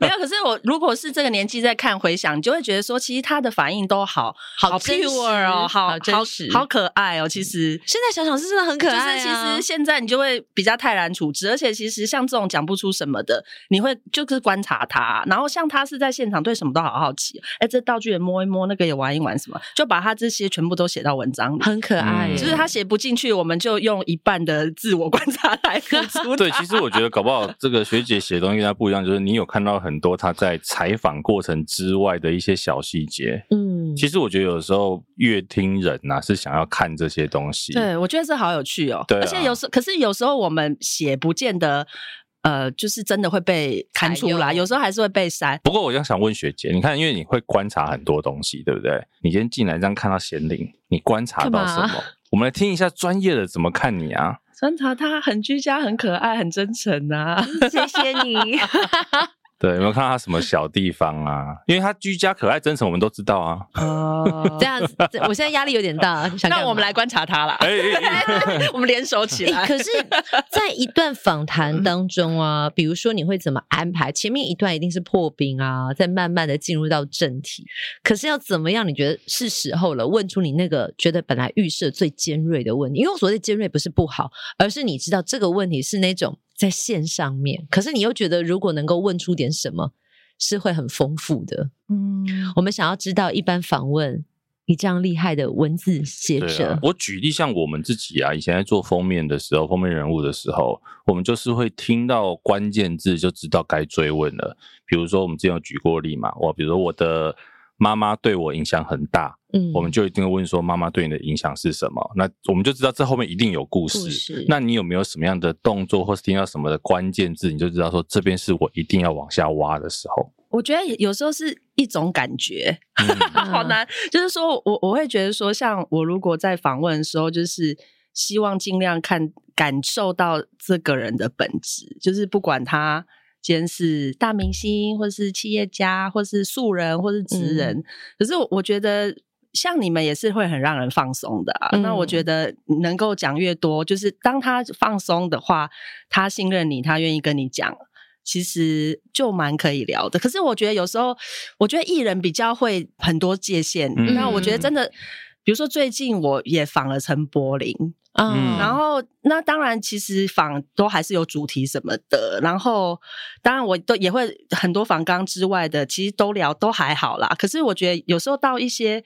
S1: 没有。可是我如果是这个年纪在看回想，你就会觉得说，其实他的反应都 好
S2: 好真实
S1: pure 哦，好
S2: 好真实
S1: 好可爱哦。其实
S2: 现在想想是真的很可爱、
S1: 就
S2: 啊
S1: 是其实现在你就会比较泰然处之，而且其实像这种讲不出什么的，你会就是观察他，然后像他是在现场对什么都好好奇，哎，这道具也摸一摸，那个也玩一玩，什么就把他这些全部都写到文章里。
S2: 很可爱、
S3: 嗯
S1: 就是他写不进去，我们就用一半的自我观察来付 出它。
S3: 对，其实我觉得搞不好这个学姐写的东西跟她不一样，就是你有看到很多她在采访过程之外的一些小细节。
S2: 嗯，
S3: 其实我觉得有时候乐听人呐、是想要看这些东西，
S1: 对，我觉得这好有趣哦。
S3: 对啊
S1: 而且有时，可是有时候我们写不见得，呃，就是真的会被刊出
S2: 采
S1: 来，
S2: 用
S1: 有时候还是会被删。
S3: 不过我想想问学姐，你看，因为你会观察很多东西，对不对？你今天进来这样看到贤玲，你观察到什
S2: 干
S3: 么？我们来听一下专业的怎么看你啊？
S1: 真的，他很居家，很可爱，很真诚 啊。
S2: 谢谢 你。
S3: 对，有没有看到他什么小地方啊？因为他居家可爱真诚，我们都知道啊。
S1: 哦
S2: 这，样，这我现在压力有点大，想干
S1: 那
S2: 嘛
S1: 我们来。观察他啦。
S3: 哎、哎哎
S1: 我们联手起
S2: 诶
S1: 来。嗯
S2: 可是，在一段访谈当中啊，比如说你会怎么安排？前面一段一定是破冰啊，再慢慢的进入到正题。可是要怎么样？你觉得是时候了？问出你那个觉得本来预设最尖锐的问题，因为我所谓的尖锐不是不好，而是你知道这个问题是那种在线上面，可是你又觉得如果能够问出点什么，是会很丰富的。
S1: 嗯，
S2: 我们想要知道一般访问你这样厉害的文字写
S3: 对
S2: 者，
S3: 啊，我举例像我们自己啊，以前在做封面的时候，封面人物的时候，我们就是会听到关键字就知道该追问了。比如说我们之前有举过例嘛，我比如说我的妈妈对我影响很大，
S2: 嗯，
S3: 我们就一定会问说妈妈对你的影响是什么？那我们就知道这后面一定有故事。
S2: 故事
S3: 那你有没有什么样的动作，或是听到什么的关键字，你就知道说这边是我一定要往下挖的时候。
S1: 我觉得有时候是一种感觉，
S3: 嗯
S1: 好难。就是说我我会觉得说，像我如果在访问的时候，就是希望尽量看感受到这个人的本质，就是不管他今天是大明星，或是企业家，或是素人，或是职人。可是我我觉得。像你们也是会很让人放松的、啊，
S2: 嗯
S1: 那我觉得能够讲越多，就是当他放松的话，他信任你，他愿意跟你讲，其实就蛮可以聊的。可是我觉得有时候，我觉得艺人比较会很多界限。
S3: 嗯
S1: 那我觉得真的，比如说最近我也访了陈柏霖，
S2: 啊
S3: 嗯
S1: 然后那当然其实访都还是有主题什么的，然后当然我都也会很多访纲之外的，其实都聊都还好啦。可是我觉得有时候到一些。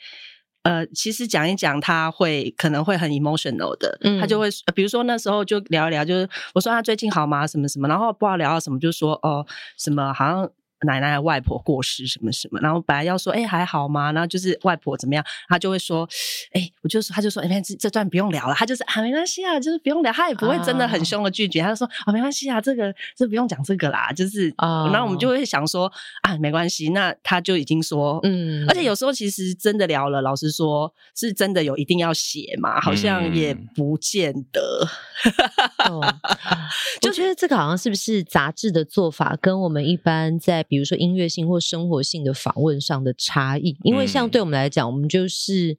S1: 呃，其实讲一讲，他会可能会很 emotional 的，
S2: 嗯
S1: 他就会，呃比如说那时候就聊一聊，就是我说他啊最近好吗？什么什么，然后不知道聊到什么，就说哦，什么好像奶奶外婆过世什么什么，然后本来要说哎、还好吗？然后就是外婆怎么样，他就会说哎、我就说他就说哎、这这段不用聊了，他就是啊没关系啊，就是不用聊，他也不会真的很凶的拒绝，他就说哦没关系啊，这个这不用讲这个啦，就是
S2: 啊
S1: 然后我们就会想说啊没关系，那他就已经说
S2: 嗯
S1: 而且有时候其实真的聊了，老实说，是真的有一定要写嘛，好像也不见得。
S2: 懂我觉得这个好像是不是杂志的做法，跟我们一般在比如说音乐性或生活性的访问上的差异？因为像
S3: 嗯
S2: 对我们来讲，我们就是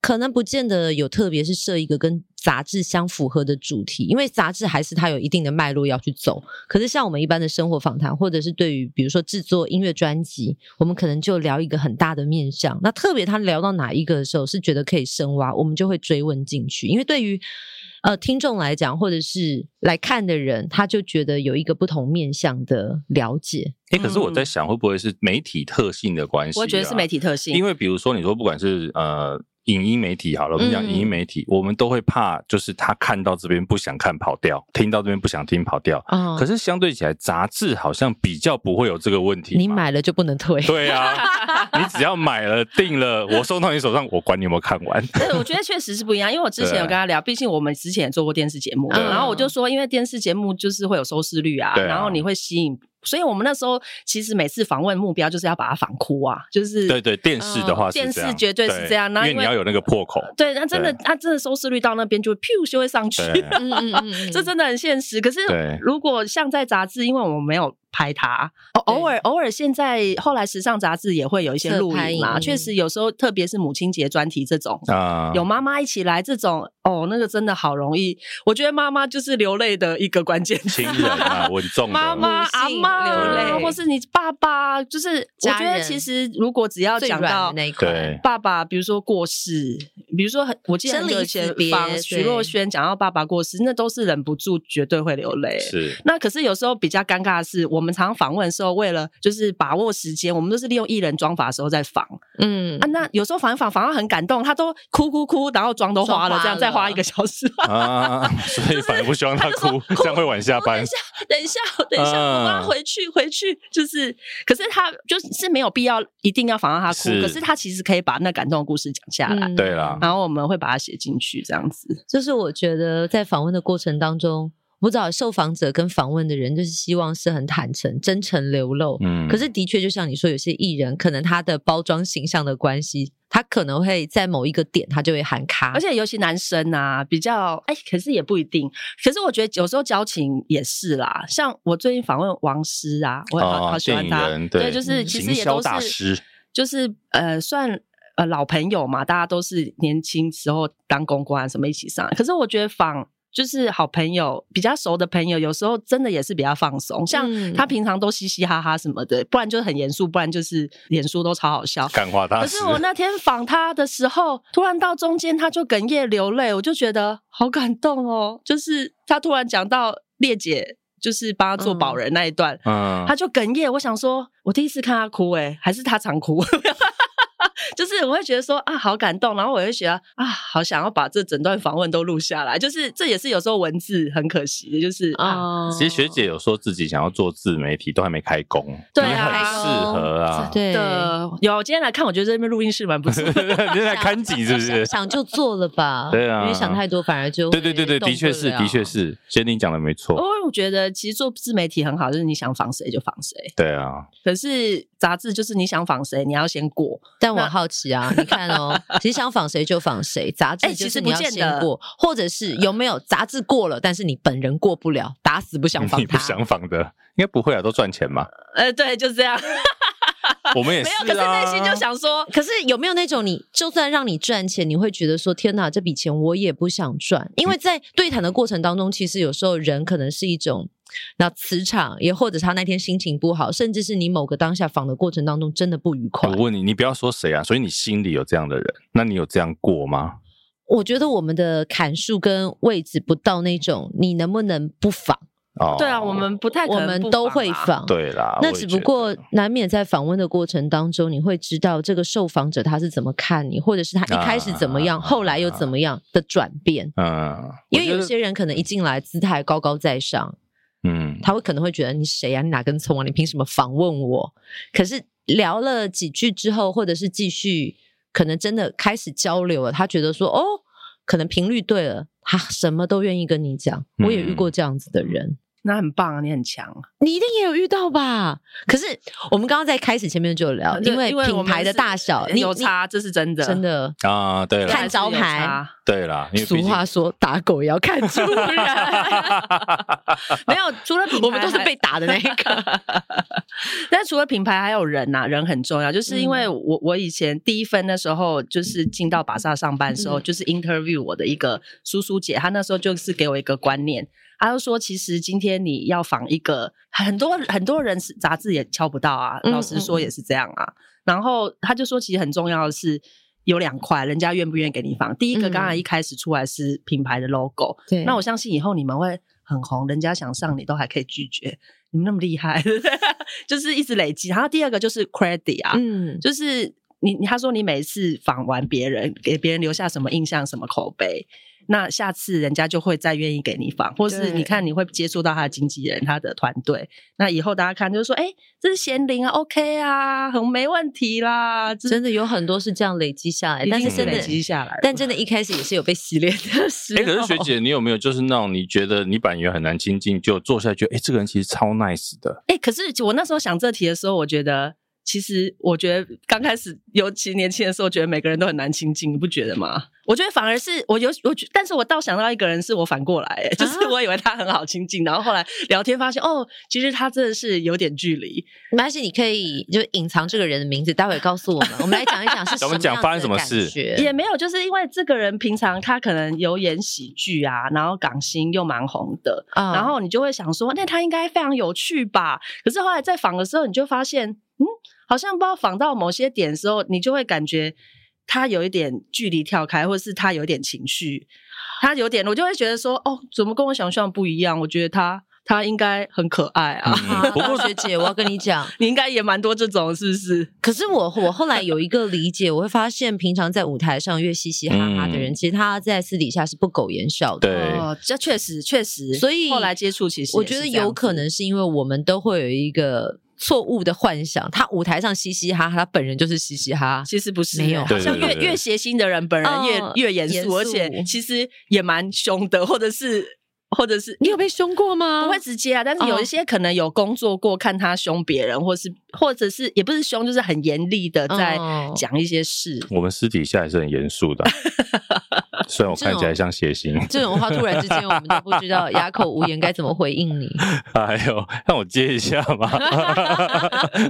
S2: 可能不见得有特别是设一个跟杂志相符合的主题，因为杂志还是它有一定的脉络要去走。可是像我们一般的生活访谈，或者是对于比如说制作音乐专辑，我们可能就聊一个很大的面向。那特别他聊到哪一个的时候，是觉得可以深挖，我们就会追问进去。因为对于呃听众来讲，或者是来看的人，他就觉得有一个不同面向的了解。
S3: 哎、可是我在想，会不会是媒体特性的关系、啊？
S1: 我觉得是媒体特性，
S3: 因为比如说，你说不管是呃影音媒体好了，我们讲
S2: 嗯
S3: 影音媒体，我们都会怕，就是他看到这边不想看跑掉，听到这边不想听跑掉。
S2: 啊、
S3: 可是相对起来，杂志好像比较不会有这个问题嘛。
S2: 你买了就不能 退。
S3: 对 啊，你只要买了订了，我送到你手上，我管你有没有看完。
S1: 对， 我觉得确实是不一样，因为我之前有跟他聊，毕竟我们之前也做过电视节目，
S3: 对啊
S1: 然后我就说，因为电视节目就是会有收视率啊，
S3: 对啊
S1: 然后你会吸引，所以我们那时候其实每次访问目标就是要把它访哭啊，就是
S3: 对对，电视的话是这样，
S1: 嗯电视绝对是这样那
S3: 因为
S1: 因
S3: 你
S1: 为
S3: 要有那个破 口。
S1: 对，那真的，那真的收视率到那边就咻就会上去，
S3: 对啊
S2: 嗯嗯嗯嗯
S1: 这真的很现实。可是
S3: 对
S1: 如果像在杂志，因为我们没有拍它，偶
S2: 对
S1: 偶尔偶尔现在后来时尚杂志也会有一些
S2: 侧
S1: 录
S2: 拍
S1: 影
S3: 嗯
S1: 嘛，
S2: 影
S1: 确实有时候特别是母亲节专题这种，
S3: 啊，
S1: 有妈妈一起来这种，哦，那个真的好容易。我觉得妈妈就是流泪的一个关键词
S3: 亲人啊，稳重的
S1: 妈妈、
S2: 母
S1: 阿
S2: 性
S1: 妈啊
S3: 流泪
S1: 或是你爸爸，就是我觉
S2: 家
S1: 得
S2: 人
S1: 其实如果只要
S2: 最
S1: 讲
S2: 软的
S1: 到
S2: 那一块。
S3: 对，
S1: 爸爸，比如说过世，比如说很，我记得
S2: 生
S1: 很久
S2: 离
S1: 以前
S2: 死别
S1: 访
S2: 对
S1: 徐若瑄讲到爸爸过世，那都是忍不住绝对会流泪。
S3: 是
S1: 那可是有时候比较尴尬的是，我们常访问的时候，为了就是把握时间，我们都是利用艺人妆法的时候在访、
S2: 嗯
S1: 啊。，那有时候访一访，访到很感动，他都哭哭哭，然后妆都花了，
S2: 妆花
S1: 这样再花
S2: 了
S1: 一个小时。
S3: 啊， 所以反而不希望他哭， 这样会晚下班。
S1: 等一下，等一下，我帮
S3: 嗯
S1: 他回去，回去就是，可是他就是是没有必要一定要仿到他哭，
S3: 是
S1: 可是他其实可以把那感动的故事讲下来，
S2: 嗯
S3: 对啊啦
S1: 然后我们会把它写进去，这样子。
S2: 就是我觉得在访问的过程当中，不知道受访者跟访问的人，就是希望是很坦诚、真诚流露。
S3: 嗯
S2: 可是的确，就像你说，有些艺人可能他的包装形象的关系，他可能会在某一个点，他就会喊卡。
S1: 而且尤其男生啊，比较哎、可是也不一定。可是我觉得有时候交情也是啦，像我最近访问王师啊，我好、
S3: 哦
S1: 好喜欢他
S3: 电影人，对嗯
S1: 就是其实
S3: 行
S1: 也
S3: 销
S1: 都
S3: 大
S1: 是
S3: 师，
S1: 就是呃算。呃，老朋友嘛，大家都是年轻时候当公关啊什么一起上来。可是我觉得访就是好朋友，比较熟的朋友，有时候真的也是比较放松。像
S2: 嗯
S1: 他平常都嘻嘻哈哈什么的，不然就很严肃，不然就是脸书都超好笑。
S3: 感化大
S1: 可
S3: 师。
S1: 是我那天访他的时候，突然到中间他就哽咽流泪，我就觉得好感动哦。就是他突然讲到烈姐就是帮他做保人那一段，
S3: 嗯
S1: 他就哽咽。我想说，我第一次看他哭、欸，还是他常哭。 就是我会觉得说啊，好感动，然后我会觉得啊，好想要把这整段访问都录下来。就是这也是有时候文字很可惜，就是啊，
S2: 哦
S3: 其实学姐有说自己想要做自媒体，都还没开工，
S1: 对
S3: 你
S1: 啊
S3: 很适合啊。
S2: 对
S1: 的有今天来看，我觉得这边录音室蛮不错 的。
S3: 你在看景是不是
S2: 想？想就做了吧。
S3: 对啊
S2: 因为想太多反而就
S3: 对对对对，
S2: 会
S3: 的确
S2: 动
S3: 是，
S2: 不了啊
S3: 的确。是，贤玲讲的没
S1: 因
S3: 错。
S1: 为我觉得其实做自媒体很好，就是你想访谁就访谁。
S3: 对啊，
S1: 可是杂志就是你想仿谁，你要先过。
S2: 但我好奇啊，你看哦，其实想仿谁就仿谁，杂
S1: 哎
S2: 志就
S1: 其实
S2: 是
S1: 不
S2: 你要
S1: 见
S2: 先
S1: 得
S2: 过，或者是有没有杂志过了，但是你本人过不了，打死不想仿
S3: 你不
S2: 他。
S3: 想仿的，应该不会啊，都赚钱嘛。
S1: 呃，对，就是这样。
S3: 我们也
S1: 没
S3: 是
S1: 有，
S3: 啊。
S1: 可是内心就想说，
S2: 可是有没有那种你就算让你赚钱，你会觉得说天哪，这笔钱我也不想赚？因为在对谈的过程当中，其实有时候人可能是一种那磁场，也或者他那天心情不好，甚至是你某个当下访的过程当中真的不愉快
S3: 我。问你，你不要说谁啊，所以你心里有这样的人，那你有这样过吗？
S2: 我觉得我们的砍树跟位置不到那种，你能不能不仿？
S3: 哦，
S1: 对啊，我们不太可
S2: 我
S1: 能
S2: 们
S1: 不
S2: 都
S1: 仿
S2: 会
S1: 啊。
S2: 仿。
S3: 对啦，
S2: 那
S3: 我
S2: 只
S3: 也
S2: 不
S3: 觉得
S2: 过难免在访问的过程当中，你会知道这个受访者他是怎么看你，或者是他一开始怎么样，
S3: 啊
S2: 后来又怎么样的转变。
S3: 嗯，
S2: 因为
S3: 我觉
S2: 有
S3: 得
S2: 些人可能一进来姿态高高在上，
S3: 嗯，
S2: 他会可能会觉得你谁呀、你哪根葱啊？你凭什么访问我？可是聊了几句之后，或者是继续，可能真的开始交流了，他觉得说哦，可能频率对了，他什么都愿意跟你讲。我也遇过这样子的人。
S1: 那很棒啊，你很强。
S2: 嗯你一定也有遇到吧？可是我们刚刚在开始前面就有聊，
S1: 对
S2: 因为
S1: 因为我
S2: 品
S1: 们
S2: 牌的
S1: 是
S2: 大小你
S1: 有
S2: 你
S1: 差，这是真的，
S2: 真的。
S3: 啊，对
S1: 还
S3: 啦，
S2: 看
S1: 是
S2: 招
S1: 有
S2: 牌
S1: 差
S3: 对啦，因为
S2: 俗
S3: 毕竟
S2: 话 说，打狗也要看 主人，
S1: 没有。除了品牌
S2: 我们都是被打的那一个。
S1: 但除了品牌，还有人呐、人很重要。就是因为
S2: 嗯
S1: 我我以前第一份那时候，就是进到巴萨上班的时候，
S2: 嗯
S1: 就是 interview 我的一个叔叔姐，她那时候就是给我一个观念，她就说，其实今天你要仿一个很多很多人是杂志也敲不到啊，
S2: 嗯
S1: 老实说也是这样啊。然后她就说，其实很重要的是。有两块，人家愿不愿意给你放。第一个
S2: 嗯
S1: 刚才一开始出来是品牌的 logo，、
S2: 对，
S1: 那我相信以后你们会很红，人家想上你都还可以拒绝，你们那么厉害， 就是一直累积。然后第二个就是 credit 啊，
S2: 嗯，
S1: 就是你你他说你每次访完别人，给别人留下什么印象、什么口碑，那下次人家就会再愿意给你访，或是
S2: 对
S1: 你看你会接触到他的经纪人、他的团队，那以后大家看就是说，哎、这是贤玲啊，OK 啊，很没问题啦，
S2: 真的有很多是这样累积下来，但是
S1: 是
S2: 真
S1: 累积
S2: 的，
S1: 下来了，
S2: 但真的一开始也是有被洗脸的时候。
S3: 哎、可是学姐，你有没有就是那种你觉得你板缘很难亲近，就坐下来觉得，哎、这个人其实超 nice 的，
S1: 哎、可是我那时候想这题的时候，我觉得其实我觉得刚开始，尤其年轻的时候，觉得每个人都很难亲近，你不觉得吗？我觉得反而是我有我觉，但是我倒想到一个人是我反过来、哎就是
S2: 啊
S1: 我以为他很好亲近，然后后来聊天发现，哦，其实他真的是有点距离。
S2: 没关系，你可以就隐藏这个人的名字，待会告诉我们，我们来讲一讲是什
S3: 我
S2: 么
S3: 们讲发生什么
S2: 样子的感
S3: 事
S2: 觉
S1: 也没有，就是因为这个人平常他可能有演喜剧啊，然后港星又蛮红的，
S2: 啊
S1: 然后你就会想说，那他应该非常有趣吧？可是后来在访的时候，你就发现，嗯，好像不知道访到某些点的时候，你就会感觉他有一点距离跳开，或是他有一点情绪，他有点，我就会觉得说，哦，怎么跟我想象不一样？我觉得他他应该很可爱
S3: 嗯
S1: 啊，
S2: 啊， 不过学姐，我要跟你讲，
S1: 你应该也蛮多这种，是不是？
S2: 可是我我后来有一个理解，我会发现，平常在舞台上越嘻嘻哈哈的人，
S3: 嗯
S2: 其实他在私底下是不苟言笑的。
S3: 对，
S1: 哦，这确实确实，
S2: 所以
S1: 后来接触其实
S2: 我
S1: 也是
S2: 觉得
S1: 这样
S2: 有可
S1: 子
S2: 能是因为我们都会有一个错误的幻想，他舞台上嘻嘻哈哈，他本人就是嘻嘻哈哈。
S1: 其实不是，欸
S2: 没有
S1: 好
S3: 对
S1: 像
S3: 对
S1: 越
S3: 对对
S1: 越邪心的人，本人越、
S2: 哦
S1: 越严
S2: 严
S1: 肃，
S2: 肃
S1: 而且其实也蛮凶的，或者是或者是
S2: 你有被凶过吗？嗯
S1: 不会直接啊，但是有一些可能有工作过，看他凶别人，或是或者是也不是凶，就是很严厉的在
S2: 哦
S1: 讲一些事。
S3: 我们私底下也是很严肃的啊、虽然我看起来像谐星。
S2: 这种话突然之间，我们都不知道哑口无言该怎么回应你
S3: 哎呦，让我接一下嘛，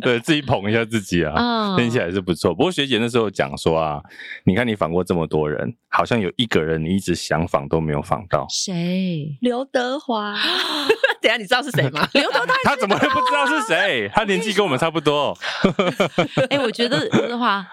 S3: 对自己捧一下自己啊，
S2: 啊
S3: 听起来是不错。不过学姐那时候讲说啊，你看你访过这么多人，好像有一个人你一直想访都没有访到，
S2: 谁？
S1: 刘德华， 等一下你知道是谁 吗？刘德
S3: 他怎么会不知道是谁？他年纪跟我们差不多，
S2: 哎、我觉得 刘德华，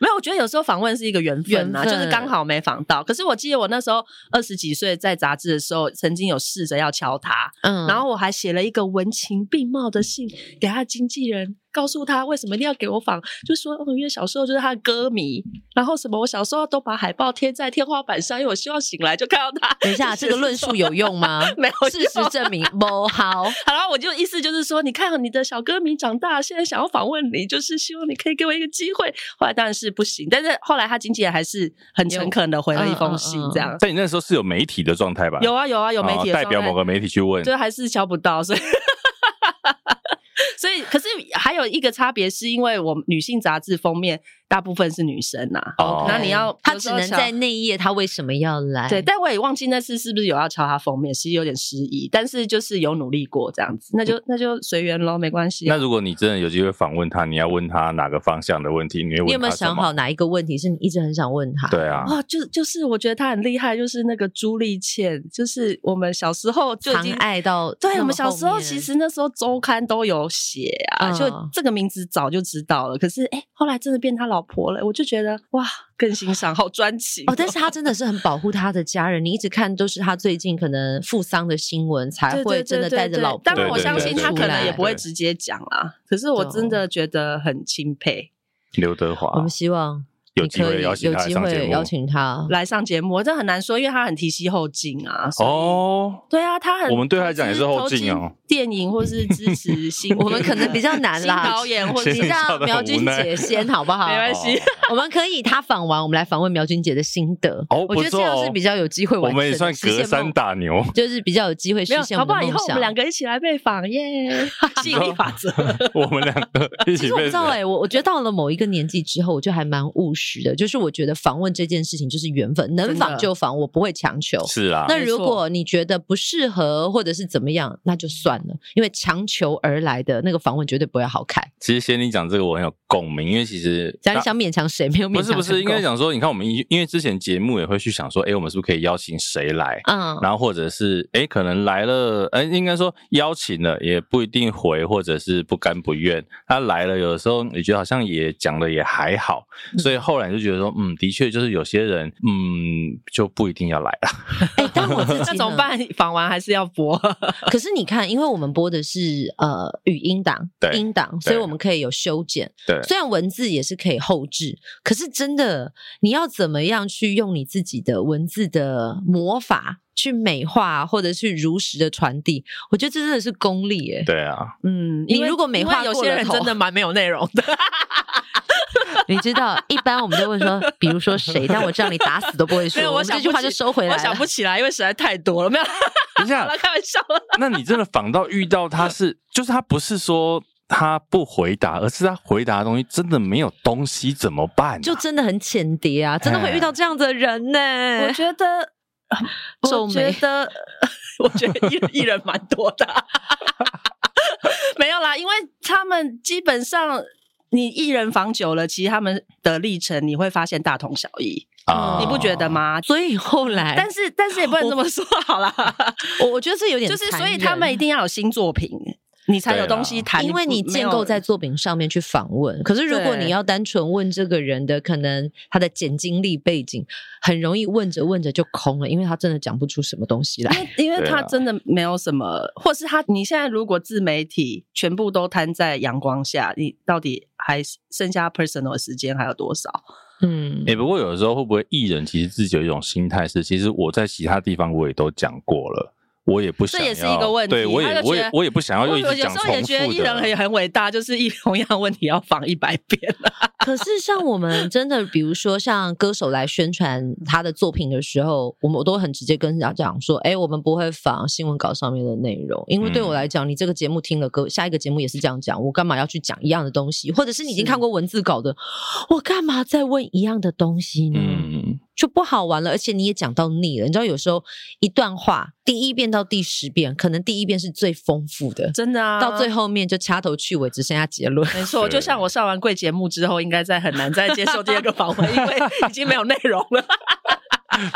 S1: 没有，我觉得有时候访问是一个缘分啊，
S2: 缘分
S1: 就是刚好没访到。可是我记得我那时候二十几岁在杂志的时候，曾经有试着要敲他，
S2: 嗯，
S1: 然后我还写了一个文情并茂的信给他的经纪人，告诉他为什么一定要给我访，就说、哦、因为小时候就是他的歌迷，然后什么我小时候都把海报贴在天花板上，因为我希望醒来就看到他。
S2: 等一下，
S1: 就
S2: 这
S1: 是
S2: 个论述有用 吗？
S1: 没有
S2: 事实
S1: 用
S2: 证明不好。
S1: 然后我就意思就是说，你看你的小歌迷长大，现在想要访问你，就是希望你可以给我一个机会。后来当然是不行，但是后来他经纪人还是很诚恳的回了一封信
S2: 嗯嗯嗯，
S1: 这样。
S3: 在你那时候是有媒体的状态吧？
S1: 有啊有啊有媒体的
S3: 哦代表
S1: 状态啊
S3: 某个媒体去问，
S1: 就还是敲不到，所以。 所以，可是还有一个差别，是因为我们女性杂志封面大部分是女生啊呐、
S3: 哦
S1: 那你要
S2: 他
S1: 有
S2: 只
S1: 时候
S2: 能
S1: 敲
S2: 在那一页，他为什么要来？
S1: 对，但我也忘记那次是不是有要敲她封面，其实有点失忆，但是就是有努力过这样子，那就那就随缘咯，没关系啊、
S3: 那如果你真的有机会访问他，你要问他哪个方向的问题？你会问
S2: 你有没有
S3: 他什
S2: 想
S3: 么
S2: 好？哪一个问题是你一直很想问他？
S3: 对啊，
S1: 哇，哦就就是我觉得她很厉害，就是那个朱丽倩，就是我们小时候就已
S2: 常
S1: 经
S2: 爱到
S1: 对，
S2: 那
S1: 我
S2: 么
S1: 们小时候
S2: 后面
S1: 其实那时候周刊都有写啊，
S2: 嗯
S1: 就这个名字早就知道了。可是哎、诶后来真的变他老婆了，我就觉得哇，更欣赏，好专情
S2: 哦，但是他真的是很保护他的家人，你一直看都是他最近可能负丧的新闻才
S1: 对对
S2: 会
S1: 对
S2: 真的
S1: 对
S2: 带着
S1: 对
S2: 老婆出来。
S1: 当然，我
S3: 对
S1: 相信他可能也不会
S3: 对
S1: 直接讲啦。可是我真的觉得很钦佩，
S3: 刘德华，
S2: 我们希望
S3: 有
S2: 你
S3: 机
S2: 可
S3: 会
S2: 以
S3: 邀请
S2: 有
S3: 他来
S2: 机
S3: 上节
S2: 会
S3: 目
S2: 邀请 他。
S1: 来上节目，我这很难说，因为他很提携后进啊。所以，
S3: 哦，
S1: 对啊，他很
S3: 我们对他来讲也是后进哦。
S1: 电影或是支持新片的，
S2: 我们可能比较难
S1: 新
S2: 啦啊
S1: 导 演或者
S3: 先
S2: 你
S3: 生笑
S2: 让
S3: 得
S2: 苗
S3: 很无
S2: 君
S3: 奈
S2: 姐先好不 好？
S1: 没关系
S3: 哦
S2: 我们可以他访完，我们来访问苗君姐的心得。
S3: 哦
S2: 我觉得
S3: 不
S2: 这
S3: 错哦
S2: 样是比较有机会
S3: 我
S2: 完成的，
S3: 们也算
S2: 实
S3: 隔
S2: 现
S3: 山
S2: 梦，
S3: 打牛。
S2: 就是比较有机会实
S1: 没有，
S2: 现
S1: 好
S2: 我
S1: 不
S2: 们
S1: 好？
S2: 的
S1: 以
S2: 梦
S1: 后我
S2: 想
S1: 们。两个一起来被访 耶，吸引力法则。
S3: 我们两个一
S2: 其
S3: 起
S2: 实我不
S3: 被
S2: 知道哎、我我觉得到了某一个年纪之后，我就还蛮务实的，就是我觉得访问这件事情就是缘分，能
S1: 真的
S2: 访就访，我不会强求。
S3: 是啊，
S2: 那
S1: 没
S2: 如
S1: 错
S2: 果你觉得不适合或者是怎么样，那就算了，因为强求而来的那个访问绝对不会好看。
S3: 其实先你讲这个我很有共鸣，因为其实
S2: 想一想勉强谁没有勉
S3: 不
S2: 强
S3: 是不
S2: 成
S3: 是，应该
S2: 功，
S3: 讲说，你看我们因因为之前节目也会去想说，哎，我们是不是可以邀请谁来？
S2: 嗯，
S3: 然后或者是哎，诶可能来了，哎，应该说邀请了也不一定回，
S1: 嗯
S3: 或者是不甘不愿。他来了，有的时候你觉得好像也讲的也还好，所以后后来你就觉得说，嗯，的确就是有些人，嗯，就不一定要来了。
S2: 哎、但 我自己
S1: 那怎么
S2: 呢？
S1: 办？访完还是要 播，
S2: 可是你看，因为我们播的是呃语音档、
S3: 对
S2: 音档，所以我们可以有修剪。
S3: 对
S2: 虽然文字也是可以后置，可是真的你要怎么样去用你自己的文字的魔法去美化，或者去如实的传递？我觉得这真的是功力耶、
S3: 对 啊，
S1: 嗯，
S2: 你
S1: 因为
S2: 如果美
S1: 因为
S2: 化
S1: 有
S2: 过
S1: 些
S2: 了
S1: 人
S2: 头
S1: 真的蛮没有内容的，
S2: 你知道，一般我们就问说，比如说谁，但我知道你打死都不会说，
S1: 没有
S2: 我
S1: 我
S2: 们
S1: 想
S2: 这句话
S1: 不
S2: 就
S1: 起
S2: 收回来
S1: 我
S2: 了。
S1: 想不起来，因为实在太多了，没有啦，
S3: 等一
S1: 好
S3: 下
S1: 了，，开玩 笑了。
S3: 那你真的反倒遇到他是，就是他不是说他不回答，而是他回答的东西真的没有东西，怎么办啊、
S2: 就真的很浅碟啊，真的会遇到这样的人呢、
S1: 哎我觉得，
S2: 皱
S1: 我觉
S2: 眉
S1: 得，我觉得艺艺人蛮多的， 没有啦，因为他们基本上。你艺人访久了，其实他们的历程你会发现大同小异，
S2: 哦
S3: 啊
S1: 你不觉得？吗？
S2: 所以后来，
S1: 但是但是也不能这么说，好啦，
S2: 我我觉得这有点
S1: 就是
S2: 残
S1: 所以
S2: 忍
S1: 他们一定要有新作品，你才有
S3: 对啦啊
S1: 东西谈，
S2: 因为你
S1: 不
S2: 建构在。
S1: 没有
S2: 作品上面去访问，可是如果
S1: 对
S2: 你要单纯问这个人的可能他的简经历背景，很容易问着问着就空了，因为他真的讲不出什么东西来。
S1: 因为
S3: 对啊
S1: 他
S3: 啦
S1: 真的没有什么，或是他你现在如果自媒体全部都摊在阳光下，你到底还剩下 personal 的时间还有多少？
S2: 嗯
S3: 哎、，不过有的时候会不会艺人其实自己有一种心态是，其实我在其他地方我也都讲过了，我也不想要，
S1: 这也是一个问题
S3: 对我
S1: 他
S3: 也
S1: 就
S3: 我
S1: 觉
S3: 也
S1: 得
S3: 我也不想要
S1: 我
S3: 又一
S1: 有
S3: 直
S1: 有
S3: 讲
S1: 时
S3: 重
S1: 候
S3: 复的。
S1: 也觉得艺人很很伟大，就是一同样问题要访一百遍啊了。
S2: 可是像我们真的，比如说像歌手来宣传他的作品的时候，我们我都很直接跟人家讲说，哎、我们不会仿新闻稿上面的内容，因为对我来讲，你这个节目听了歌，下一个节目也是这样讲，我干嘛要去讲一样的东西？或者是你已经
S1: 是
S2: 看过文字稿的，我干嘛再问一样的东西呢？
S3: 嗯，
S2: 就不好玩了，而且你也讲到腻了。你知道，有时候一段话第一遍到第十遍，可能第一遍是最丰富的，
S1: 真的啊
S2: 到最后面就掐头去尾，只剩下结论。
S1: 没错，
S3: 是
S1: 就像我上完贵节目之后，应该再很难再接受第二个访问，因为已经没有内容了。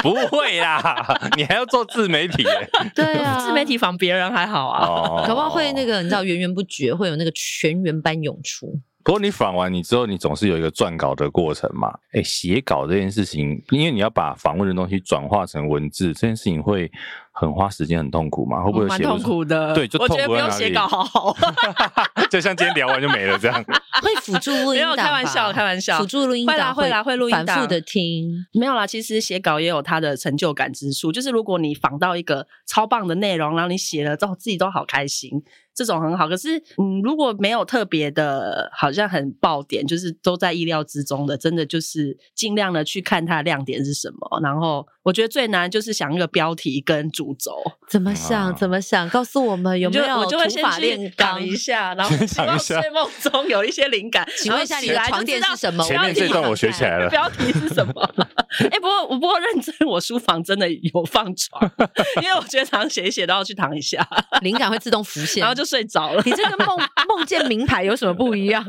S3: 不会啦，你还要做自媒体、欸、
S2: 对啊
S1: 自媒体访别人还 好啊，
S3: 哦，
S2: 搞不好会那。个，你知道源源不绝，会有那个全员般涌 出。
S3: 不过你访完你之后，你总是有一个撰稿的过程嘛？哎，写稿这件事情，因为你要把访问的东西转化成文字，这件事情会很花时间、很痛苦嘛？会不会
S1: 哦嗯蛮
S3: 写不
S1: 痛
S3: 出？
S1: 苦的。
S3: 对就
S1: 我觉
S3: 痛
S1: 得
S3: 苦
S1: 不
S3: 在
S1: 用
S3: 哪
S1: 写
S3: 里
S1: 稿，好 好。
S3: 就像今天聊完就没了这样。
S2: 会辅助录
S1: 没
S2: 音档
S1: 有
S2: 吧
S1: 开玩笑开玩笑
S2: 辅助录音
S1: 会啦
S2: 档
S1: 会啦会录音档
S2: 反复的听。
S1: 没有啦，其实写稿也有它的成就感之处，就是如果你仿到一个超棒的内容，然后你写了之后自己都好开心，这种很好。可是，嗯，如果没有特别的，好像很爆点，就是都在意料之中的，真的就是尽量的去看它的亮点是什么。然后，我觉得最难就是想一个标题跟主轴，
S2: 怎么
S3: 嗯
S2: 想？怎么想？告诉我们有没
S1: 你就
S2: 有
S1: 我就会
S2: 土
S1: 先
S2: 法
S1: 去
S2: 炼
S1: 想
S2: 钢？
S1: 一 下，然后
S3: 先
S1: 希
S3: 想
S1: 望
S3: 一 下
S1: 睡梦中有一些灵感。
S2: 请问一下，
S1: 然后
S2: 你
S1: 起来就
S2: 的床垫
S1: 知道
S2: 是什么？
S3: 前
S2: 要
S3: 面这
S2: 立
S3: 段
S2: 马
S3: 我学起来了
S1: 标题是什么？ 哎、不过我不过认真，我书房真的有放床， 因为我觉得常常写一写都要去躺一下，
S2: 灵感会自动浮现，
S1: 然后就睡着了。
S2: 你这跟梦梦见名牌有什么不一 样？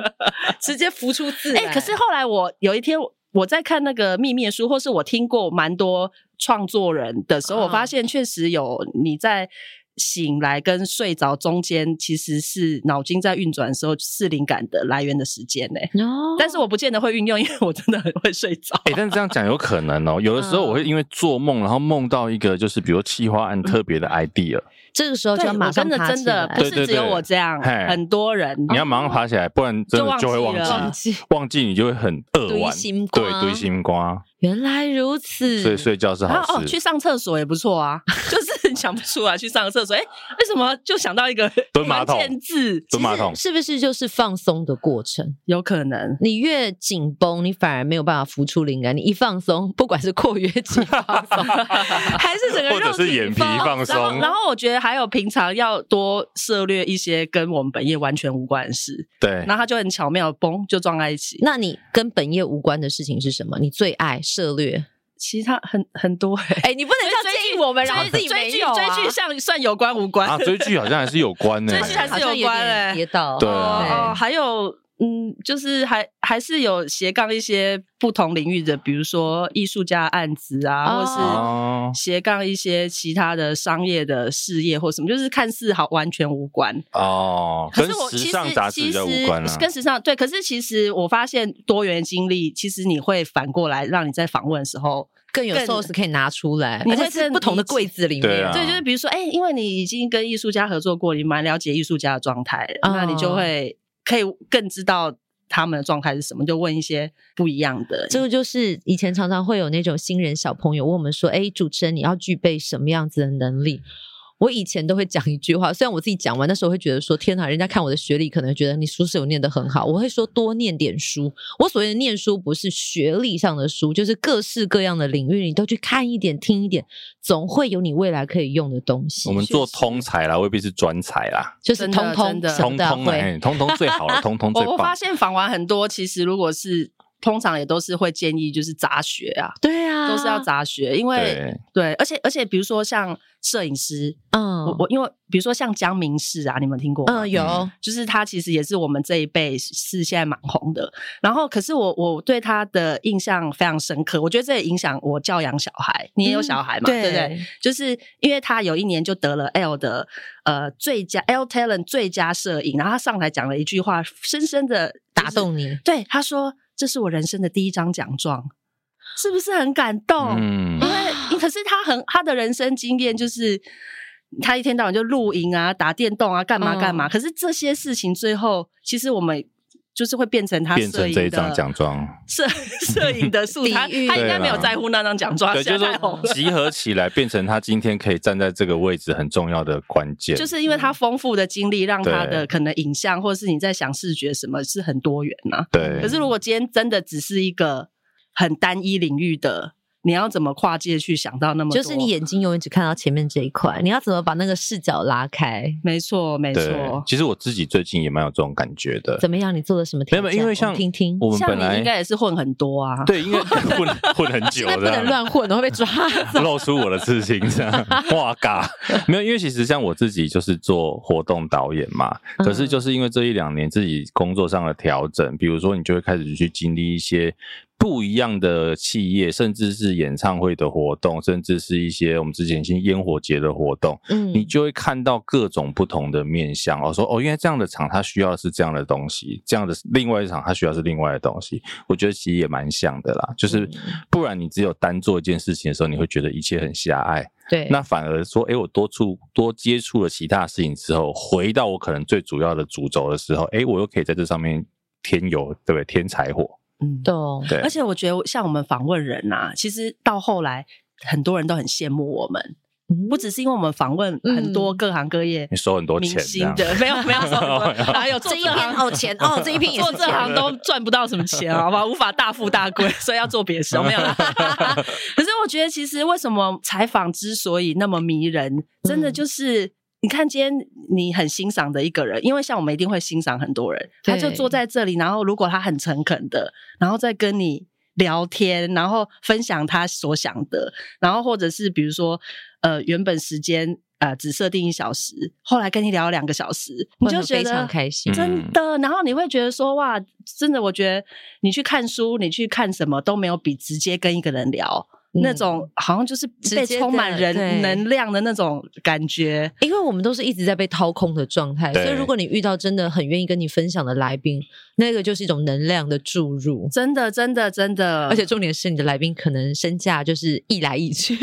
S2: 直接浮出自
S1: 哎、
S2: 然。
S1: 可是后来我有一天我在看那个秘密的书，或是我听过蛮多创作人的时候，
S2: 嗯
S1: 我发现确实有你在。醒来跟睡着中间，其实是脑筋在运转的时候，是灵感的来源的时间呢、
S2: 哦
S1: 但是我不见得会运用，因为我真的很会睡着。
S3: 哎、但是这样讲有可能哦。有的时候
S1: 嗯
S3: 我会因为做梦，然后梦到一个就是比如企划案特别的
S1: 嗯
S3: idea，
S2: 这个时候哦就
S1: 对
S2: 要马
S1: 我
S2: 上
S1: 真的
S2: 爬
S1: 真
S2: 起
S1: 的
S2: 来
S1: 不
S3: 对对
S1: 是只有
S3: 对
S1: 我这样，
S3: 嘿
S1: 很多人
S3: 你要马上爬起来，不然真的就会忘
S1: 就忘
S2: 忘
S3: 记，
S2: 记
S3: 忘记你就会很扼
S2: 堆
S3: 腕。
S2: 心
S3: 嗯对，
S2: 瓜
S3: 堆心瓜，
S2: 原来如此，
S3: 所以睡觉是
S1: 然后
S3: 好
S1: 哦，去
S3: 事。
S1: 上厕所也不错啊， 就是想不出来去上个厕所，哎，为什么就想到一个
S3: 蹲马桶
S1: 关键字？
S3: 蹲马桶，
S2: 是不是就是放松的过程？
S1: 有可能，
S2: 你越紧绷，你反而没有办法浮出灵感。你一放松，不管是括约肌放 松，还是整个
S3: 或者
S2: 肉
S3: 是
S2: 体
S3: 眼皮
S2: 放
S3: 放
S1: 然后
S3: 松
S1: 然，后我觉得还有平常要多涉略一些跟我们本业完全无关的事，
S3: 对
S1: 然，后它就很巧妙，嘣就撞在一起。
S2: 那你跟本业无关的事情是什么？你最爱涉略？
S1: 其他很很多哎、
S2: 哎，你不能这样
S1: 追
S2: 建
S1: 剧
S2: 议我
S3: 哎
S2: 们，
S1: 追
S2: 然后自己
S1: 追
S2: 没
S1: 剧
S2: 有啊
S1: 追剧像算有关无关
S3: 啊 啊，追剧好像还是有关呢、
S1: 追剧还
S2: 好
S1: 是
S2: 像
S1: 有
S2: 有
S1: 关
S2: 点
S1: 欸
S2: 跌倒。
S3: 对
S1: 哦
S3: 啊
S1: 哦，还有嗯，就是还还是有斜杠一些不同领域的，比如说艺术家案子啊，
S2: 哦
S1: 或是斜杠一些其他的商业的事业或什么，就是看似好完全无关。
S3: 哦，
S1: 可
S3: 跟
S1: 是我
S3: 时
S1: 其实
S3: 尚杂志
S1: 其
S3: 比
S1: 实
S3: 较无关了、啊
S1: 跟时尚对，可是其实我发现多元经历，其实你会反过来让你在访问的时候
S2: 更有
S1: 更
S2: source 可以拿出来，
S1: 你
S2: 而且
S1: 会
S2: 是
S1: 更
S2: 不同的
S1: 理解
S2: 柜子里
S3: 对
S2: 面。
S3: 啊
S1: 对，就是比如说，哎、因为你已经跟艺术家合作过，你蛮了解艺术家的状态了，
S2: 嗯
S1: 那你就会可以更知道他们的状态是什么，就问一些不一样的。
S2: 这个就是以前常常会有那种新人小朋友问我们说：“哎，主持人你要具备什么样子的能力？”我以前都会讲一句话，虽然我自己讲完，那时候会觉得说：“天哪，人家看我的学历，可能觉得你书是有念得很好。”我会说多念点书。我所谓的念书，不是学历上的书，就是各式各样的领域，你都去看一点、听一点，总会有你未来可以用的东西。
S3: 我们做通才啦，未必是专才啦，
S2: 就是
S1: 真的
S2: 通通
S1: 真的
S2: 什么
S3: 通
S2: 都要
S3: 通哎啦
S2: 会。
S3: 嘿通通最好了，通通最
S1: 我我发
S3: 棒。
S1: 现访完很多，其实如果是通常也都是会建议就是杂学啊，
S2: 对啊，
S1: 都是要杂学，因为
S3: 对，
S1: 对，而且而且比如说像摄影师，
S2: 嗯，
S1: 我我因为比如说像江明士啊，你们听过吗？
S2: 嗯有
S1: 就是他其实也是我们这一辈是现在蛮红的。然后，可是我我对他的印象非常深刻，我觉得这也影响我教养小孩。你也有
S2: 嗯
S1: 小孩嘛？对不对？就是因为他有一年就得了 L 的呃最佳 L Talent 最佳摄影，然后他上台讲了一句话，深深的
S2: 打。动你。
S1: 对，他说：“这是我人生的第一张奖状。”是不是很感动？
S3: 嗯
S1: 因，
S2: 啊
S1: 为可是他很他的人生经验就是，他一天到晚就露营啊、打电动啊、干嘛干嘛。
S2: 嗯
S1: 可是这些事情最后，其实我们就是会变成他
S3: 变
S1: 摄
S3: 成
S1: 影
S3: 这一
S1: 的
S3: 张奖状，
S1: 摄摄影的素
S2: 比
S1: 材，
S2: 喻
S1: 他应
S3: 对
S1: 该没有
S3: 啦
S1: 在乎那张奖状，
S3: 对，就
S1: 现
S3: 是
S1: 在太红
S3: 说
S1: 了。
S3: 集合起来变成他今天可以站在这个位置很重要的关键。
S1: 就是因为
S2: 嗯
S1: 他丰富的经历，让他的
S3: 对
S1: 可能影像，或者是你在想视觉什么，是很多元呐、
S3: 对
S1: 可，是如果今天真的只是一个很单一领域的，你要怎么跨界去想到那么多？
S2: 就是你眼睛永远只看到前面这一块，你要怎么把那个视角拉开？
S1: 没错，没
S3: 对
S1: 错，。
S3: 其实我自己最近也蛮有这种感觉的。
S2: 怎么样？你做了什么挑
S3: 没
S2: 战？
S3: 有，因为
S2: 我
S3: 像
S2: 们听听，
S3: 我们
S1: 像
S3: 本
S1: 你
S3: 来
S1: 应该也是混很多啊，
S3: 对，应该 混混很久
S2: 现
S3: 的，
S2: 在
S3: 啊
S2: 不能乱混，我会被抓。
S3: 露出我的事情 这样，哇嘎！没有，因为其实像我自己就是做活动导演嘛，
S2: 嗯
S3: 可是就是因为这一两年自己工作上的调整，比如说你就会开始去经历一些不一样的企业，甚至是演唱会的活动，甚至是一些我们之前一些烟火节的活动，
S2: 嗯
S3: 你就会看到各种不同的面向。哦，说哦，因为这样的场它需要的是这样的东西，这样的另外一场它需要是另外的东西。我觉得其实也蛮像的啦，就是
S2: 嗯
S3: 不然你只有单做一件事情的时候，你会觉得一切很狭隘。
S2: 对，
S3: 那反而说，诶，我多触多接触了其他事情之后，回到我可能最主要的主轴的时候，诶，我又可以在这上面添油，对不对？添柴火，
S1: 嗯，
S2: 懂
S3: 对
S1: 而且我觉得像我们访问人啊，其实到后来很多人都很羡慕我们，不只是因为我们访问很多
S2: 嗯
S1: 各行各业
S3: 你收很多
S1: 明
S3: 钱这
S1: 星
S3: 样。
S1: 的，没有没有说很 多，还有做
S2: 这一
S1: 这
S2: 篇
S1: 行。
S2: 哦钱哦这一篇也
S1: 做
S2: 是
S1: 这行都赚不到什么钱，啊好吧，无法大富大贵，所以要做别的事，没有啦。 可是我觉得，其实为什么采访之所以那么迷人，真的
S2: 嗯
S1: 就是你看今天你很欣赏的一个人，因为像我们一定会欣赏很多人，他就
S2: 对
S1: 坐在这里，然后如果他很诚恳的，然后再跟你聊天，然后分享他所想的，然后或者是比如说，呃，原本时间呃只设定一小时，后来跟你聊两个小时，你
S2: 会
S1: 就
S2: 很
S1: 觉
S2: 非
S1: 得
S2: 常开心。
S1: 真的。然后你会觉得说，哇，真的，我觉得你去看书，你去看什么都没有比直接跟一个人聊。
S2: 嗯
S1: 那种好像就是
S2: 直
S1: 被
S2: 接
S1: 充
S2: 的
S1: 满人
S2: 对
S1: 能量的那种感觉，
S2: 因为我们都是一直在被掏空的状态，所
S3: 对
S2: 以如果你遇到真的很愿意跟你分享的来宾，那个就是一种能量的注入。
S1: 真的，真的，真的。
S2: 而且重点是，你的来宾可能身价就是一来一去，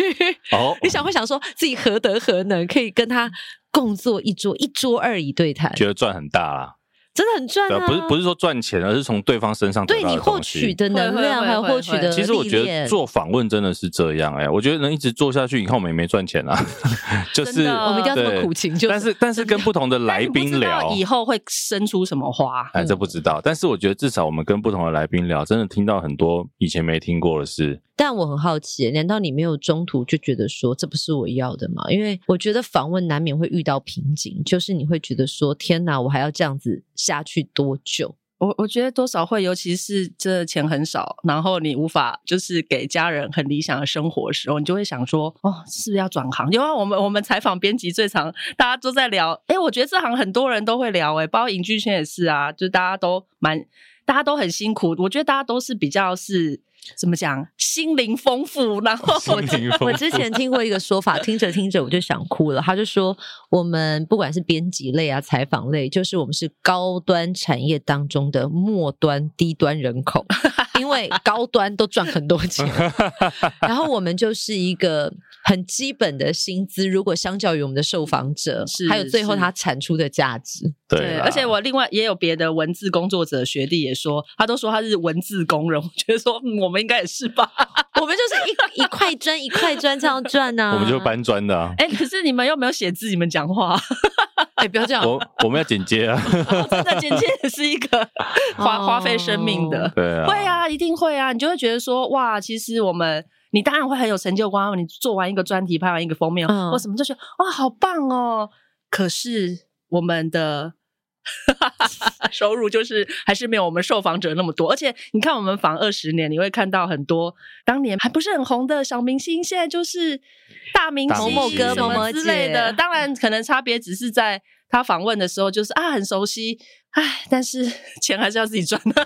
S3: 哦，
S2: 你想会想说自己何德何能，可以跟
S3: 嗯
S2: 他共坐一桌，一桌二椅对谈，
S3: 觉得赚很大啦，
S2: 真的很赚
S3: 对
S2: 啊！
S3: 呃吧不是不是说赚钱，而是从对方身上得
S2: 对
S3: 到
S2: 你
S3: 的
S2: 获
S3: 东
S2: 取
S3: 西。
S2: 的能量，
S1: 会会
S2: 还有获取的
S1: 会
S2: 历
S1: 会
S2: 练，
S3: 其实我觉得做访问真的是这样哎、我觉得能一直做下去，以后我们也没赚钱啊， 就是
S1: 真的
S2: 我们一定要这么
S3: 对
S2: 苦情，就
S3: 但是但是跟不同的
S1: 但
S3: 来
S1: 你不知
S3: 宾
S1: 道
S3: 聊，
S1: 以后会生出什么花，
S3: 哎，这不知道。但是我觉得至少我们跟不同的来宾聊，真的听到很多以前没听过 的事。
S2: 但我很好奇，难道你没有中途就觉得说这不是我要的吗？因为我觉得访问难免会遇到瓶颈，就是你会觉得说天哪，我还要这样子下去多久？
S1: 我我觉得多少会，尤其是这钱很少，然后你无法就是给家人很理想的生活的时候，你就会想说，哦，是不是要转行？因为我们我们采访编辑最常大家都在聊，哎，我觉得这行很多人都会聊、哎，包括影剧圈也是啊，就大家都蛮，大家都很辛苦，我觉得大家都是比较是怎么讲，心灵丰富，然后
S3: 心灵丰
S2: 我
S3: 富
S2: 之前听过一个说法，听着听着我就想哭了。他就说，我们不管是编辑类啊、采访类，就是我们是高端产业当中的末端低端人口，因为高端都赚很多 钱，然后我们就是一个很基本的薪资，如果相较于我们的受访者
S1: 是，
S2: 还有最后
S1: 是
S2: 他产出的价值，
S3: 对啦，啊
S1: 而且我另外也有别的文字工作者学弟也说，他都说他是文字工人，我觉得说、嗯我们应该也是吧。
S2: 我们就是一一块砖一块砖这样赚呐、啊。
S3: 我们就搬砖的啊，
S1: 哎、可是你们又没有写字，你们讲话，
S2: 哎、不要这样，
S3: 我我们要剪接啊，
S1: 真的剪接也是一个花花费生命的。
S3: 对啊，
S1: 会啊，一定会啊，你就会觉得说，哇，其实我们。你当然会很有成就感，你做完一个专题，拍完一个封面，
S2: 嗯
S1: 或什么就觉得哇，好棒哦！可是我们的 收入就是还是没有我们受访者那么多，而且你看我们访二十年，你会看到很多当年还不是很红的小明星，现在就是大明
S3: 大
S1: 星、
S3: 明某某哥
S1: 什么
S3: 某
S2: 某
S1: 之类
S2: 姐
S1: 的。当然，可能差别只是在他访问的时候，就是啊，很熟悉，唉，但是钱还是要自己赚的。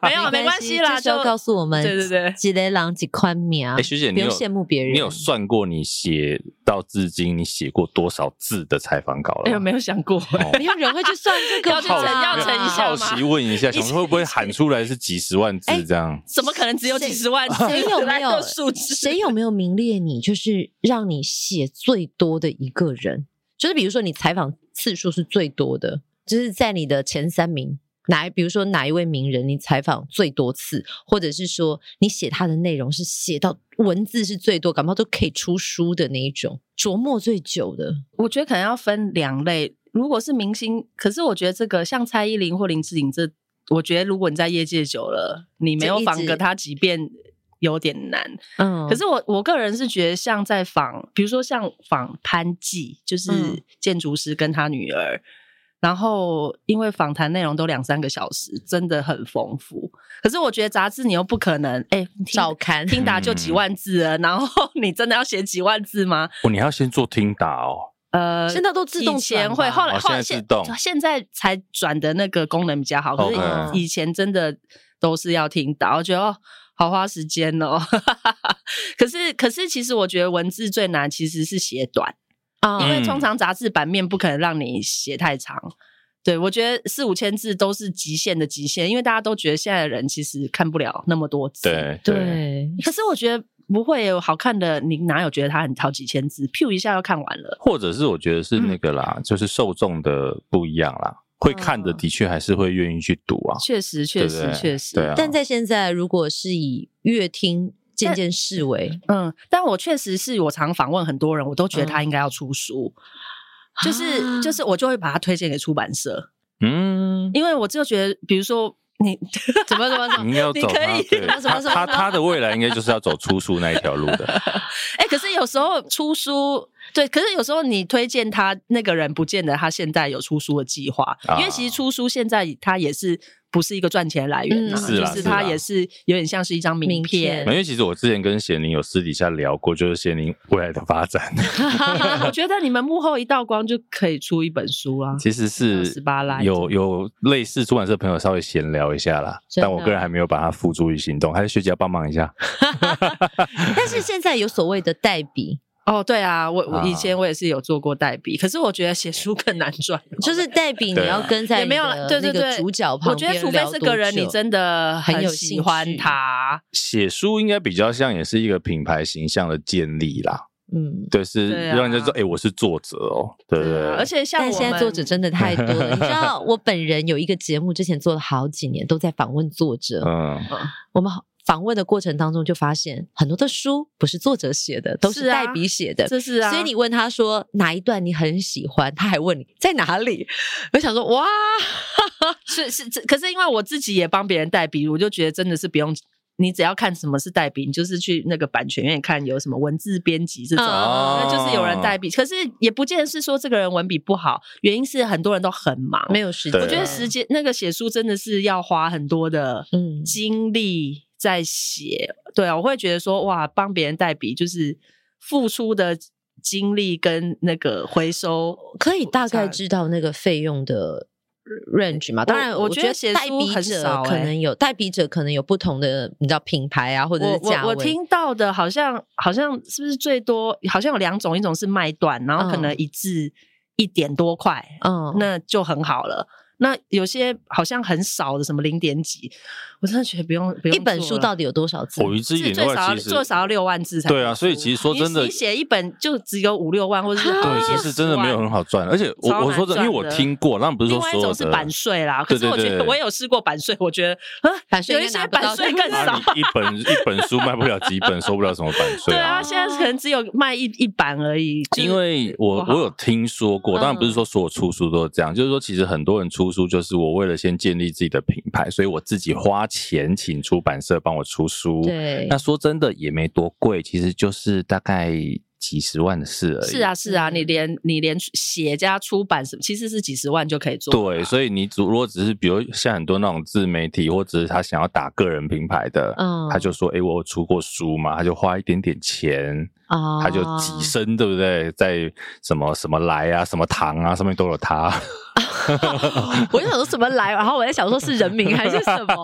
S1: 没有，没关系啦，
S2: 这时候
S1: 就
S2: 告诉我们，
S1: 对对对
S2: 几雷狼几宽棉啊
S3: 哎，，学姐，
S2: 不
S3: 你有
S2: 用羡慕别人。
S3: 你有算过你写到至今你写过多少字的采访稿了吗？
S1: 哎呦，没有想过，
S3: 哦
S2: 没有人会去算这 个
S1: 要去乘
S2: 吧
S1: 要乘一下
S3: 好
S1: 吗
S3: 奇问一 下，
S1: 一起哎
S3: 想说会不会喊出来是几十万字这样？
S1: 怎么可能只有几十万字？
S2: 谁 有没有
S1: 来个数字？
S2: 谁有没有名列你就是让你写最多的一个人？就是比如说你采访次数是最多的，就是在你的前三名。哪比如说哪一位名人你采访最多次，或者是说你写他的内容是写到文字是最多，感冒都可以出书的那一种，琢磨最久的。
S1: 我觉得可能要分两类。如果是明星，可是我觉得这个像蔡依林或林志颖这，我觉得如果你在业界久了，你没有
S2: 就一直
S1: 访个他几遍，有点难。
S2: 嗯
S1: 可是我我个人是觉得，像在访，比如说像访潘季，就是
S2: 嗯
S1: 建筑师跟他女儿，然后因为访谈内容都两三个小时，真的很丰富。可是我觉得杂志你又不可能，哎、听
S2: 照刊
S1: 听打就几
S2: 嗯
S1: 万字了，然后 你真的要写几万字吗？
S3: 哦，你还要先做听打哦，
S1: 呃，
S2: 现在都自动
S1: 以前
S2: 转
S1: 会，
S2: 吧
S1: 后来
S3: 哦
S1: 后来
S3: 现在
S1: 现
S3: 自动
S1: 现在才转的那个功能比较好，可
S3: OK
S2: 嗯
S1: 是以前真的都是要听到，我觉得哦，好花时间哦。 可是可是，其实我觉得文字最难其实是写短，因
S2: 啊，
S1: 为
S3: 嗯
S1: 通常杂志版面不可能让你写太长。对，我觉得四五千字都是极限的极限，因为大家都觉得现在的人其实看不了那么多字。
S3: 对
S2: 对，
S1: 可是我觉得不会有好看的，你哪有觉得它很好几千字？Q 一下就看完了。
S3: 或者是我觉得是那个
S1: 嗯
S3: 啦，就是受众的不一样啦，会看的的确还是会愿意去读啊。
S1: 确实，
S3: 对
S1: 确
S3: 不
S1: 实，
S3: 对
S1: 确实，
S3: 对啊。
S2: 但在现在，如果是以 乐听渐渐视为，
S1: 嗯，但我确实是我常访问很多人，我都觉得他应该要出书，就是
S2: 啊
S1: 就是我就会把他推荐给出版社，
S3: 嗯，
S1: 因为我就觉得，比如说你 怎么怎么怎
S3: 你应该要
S1: 哦你
S3: 走
S1: 可
S3: 他
S1: 以
S3: 对
S2: 什么什么
S3: 他
S2: 什么
S3: 他他的未来应该就是要走出书那一条路的。
S1: 哎、可是有时候出书，对，可是有时候你推荐他那个人，不见得他现在有出书的计划，
S3: 啊
S1: 因为其实出书现在他也是不是一个赚钱来源啊，
S2: 嗯是
S1: 就
S2: 啦
S1: 是
S3: 是
S1: 他
S3: 啦
S1: 也是有点像是一张名
S2: 名
S1: 片
S2: 片
S3: 因。为其实我之前跟贤玲有私底下聊过，就是贤玲未来的发 展，
S1: 我觉得你们幕后一道光就可以出一本书啊。
S3: 其实是
S1: 十八拉
S3: 有有类似出版社朋友稍微闲聊一下啦，
S2: 真的
S3: 但我个人还没有把它付诸于行动，还是学姐要帮忙一下。
S2: 但是现在有所谓的代笔，
S1: 哦，对啊，我我
S3: 啊
S1: 以前我也是有做过代笔，可是我觉得写 书更难赚，
S2: 就是代笔你
S3: 对啊
S2: 要跟在
S1: 哦也没有
S2: 你的
S1: 啦对对
S2: 那个
S1: 对
S2: 主角旁
S1: 我觉
S2: 边
S1: 得除非
S2: 聊
S1: 是
S2: 多
S1: 个人你
S2: 久
S1: 真的
S2: 很有
S1: 喜
S2: 兴
S1: 欢
S2: 趣
S1: 他，
S3: 写书应该比较像也是一个品牌形象的建立啦，
S2: 嗯。
S3: 对，是
S1: 对啊
S3: 让人家说，哎、我是作者哦，对不对？
S1: 而且像
S2: 但
S1: 我
S2: 现在
S1: 们
S2: 作者真的太多了，你 知道，我本人有一个节目，之前做了好几年，都在访问作者。
S3: 嗯，
S2: 我们访问的过程当中就发现，很多的书不是作者写的，都
S1: 是
S2: 是
S1: 啊
S2: 代笔写的。
S1: 这是啊，
S2: 所以你问他说哪一段你很喜欢，他还问你在哪里。我想说，哇，
S1: 是是这，可是因为我自己也帮别人代笔，我就觉得真的是不用你只要看什么是代笔，你就是去那个版权院看有什么文字编辑这种，
S2: 哦
S1: 啊那就是有人代笔。可是也不见得是说这个人文笔不好，原因是很多人都很忙，
S2: 没有时间，
S3: 对
S1: 我觉得时间那个写书真的是要花很多的
S2: 嗯
S1: 精力在写。对啊，我会觉得说哇，帮别人代笔就是付出的精力跟那个回收。
S2: 可以大概
S1: 差
S2: 知道那个费用的 range 嘛？当然，
S1: 我
S2: 我
S1: 觉
S2: 觉
S1: 得
S2: 得
S1: 写
S2: 代
S1: 书
S2: 笔
S1: 很
S2: 者
S1: 少
S2: 可
S1: 欸
S2: 能有代笔者可能有不同的，你知道品牌啊，或者
S1: 我
S2: 是价
S1: 我
S2: 位。
S1: 我听到的好像好像是不是最多好像有两种，一种是卖断，然后可能
S2: 嗯
S1: 一字一点多块，
S2: 嗯，
S1: 那就很好了。那有些好像很少的，什么零点几，我真的觉得不用不用
S2: 一本
S1: 做
S2: 书
S1: 了
S2: 到底有多少字？
S3: 我一字一
S1: 是
S3: 点
S1: 最
S3: 的
S1: 少
S3: 话，
S1: 要
S3: 其实
S1: 最少要六万字才
S3: 对啊，
S1: 能出
S3: 所以其实说
S1: 你
S3: 真的
S1: 你，写一本就只有五六万，或者是啊
S2: 啊
S3: 对，其实真的没有很好赚。而且我
S1: 超难
S3: 我说真的，因为我
S1: 赚的
S3: 听过，那不是
S1: 另
S3: 说
S1: 外
S3: 所
S1: 一
S3: 有
S1: 种
S3: 的
S1: 是版税啦，可
S3: 对
S1: 是我
S3: 对
S1: 觉
S3: 对
S1: 得我有试过版税，我觉 得啊，
S2: 版税
S1: 有
S2: 应
S1: 一
S2: 该拿
S1: 些
S2: 不到
S1: 版税更
S2: 对不对
S1: 少
S3: 那。你一本一本书卖不了几本，收不了什么版税
S1: 对
S3: 啊
S1: 啊，。现在可能只有卖一一版而已。就是
S3: 因为我
S1: 不好嗯
S3: 我有听说过，当然不是说所有出书都是这样，就是说其实很多人出书就是我为了先建立自己的品牌，所以我自己花钱请出版社帮我出书。
S2: 对
S3: 那，说真的也没多贵，其实就是大概几十万的事而已。
S1: 是啊是啊，
S2: 嗯
S1: 你连你连写加出版什么，其实是几十万就可以做了啦。
S3: 对，所以你只如果只是比如像很多那种自媒体，或者是他想要打个人品牌的，
S2: 嗯
S3: 他就说：“诶，我有出过书嘛，他就花一点点钱，
S2: 啊
S3: 他就
S1: 哦
S3: 跻身，对不对？在什么什么来啊，什么堂啊，上面都有他。
S2: 我就想说什么来，然后我在想说是人名还是什 么？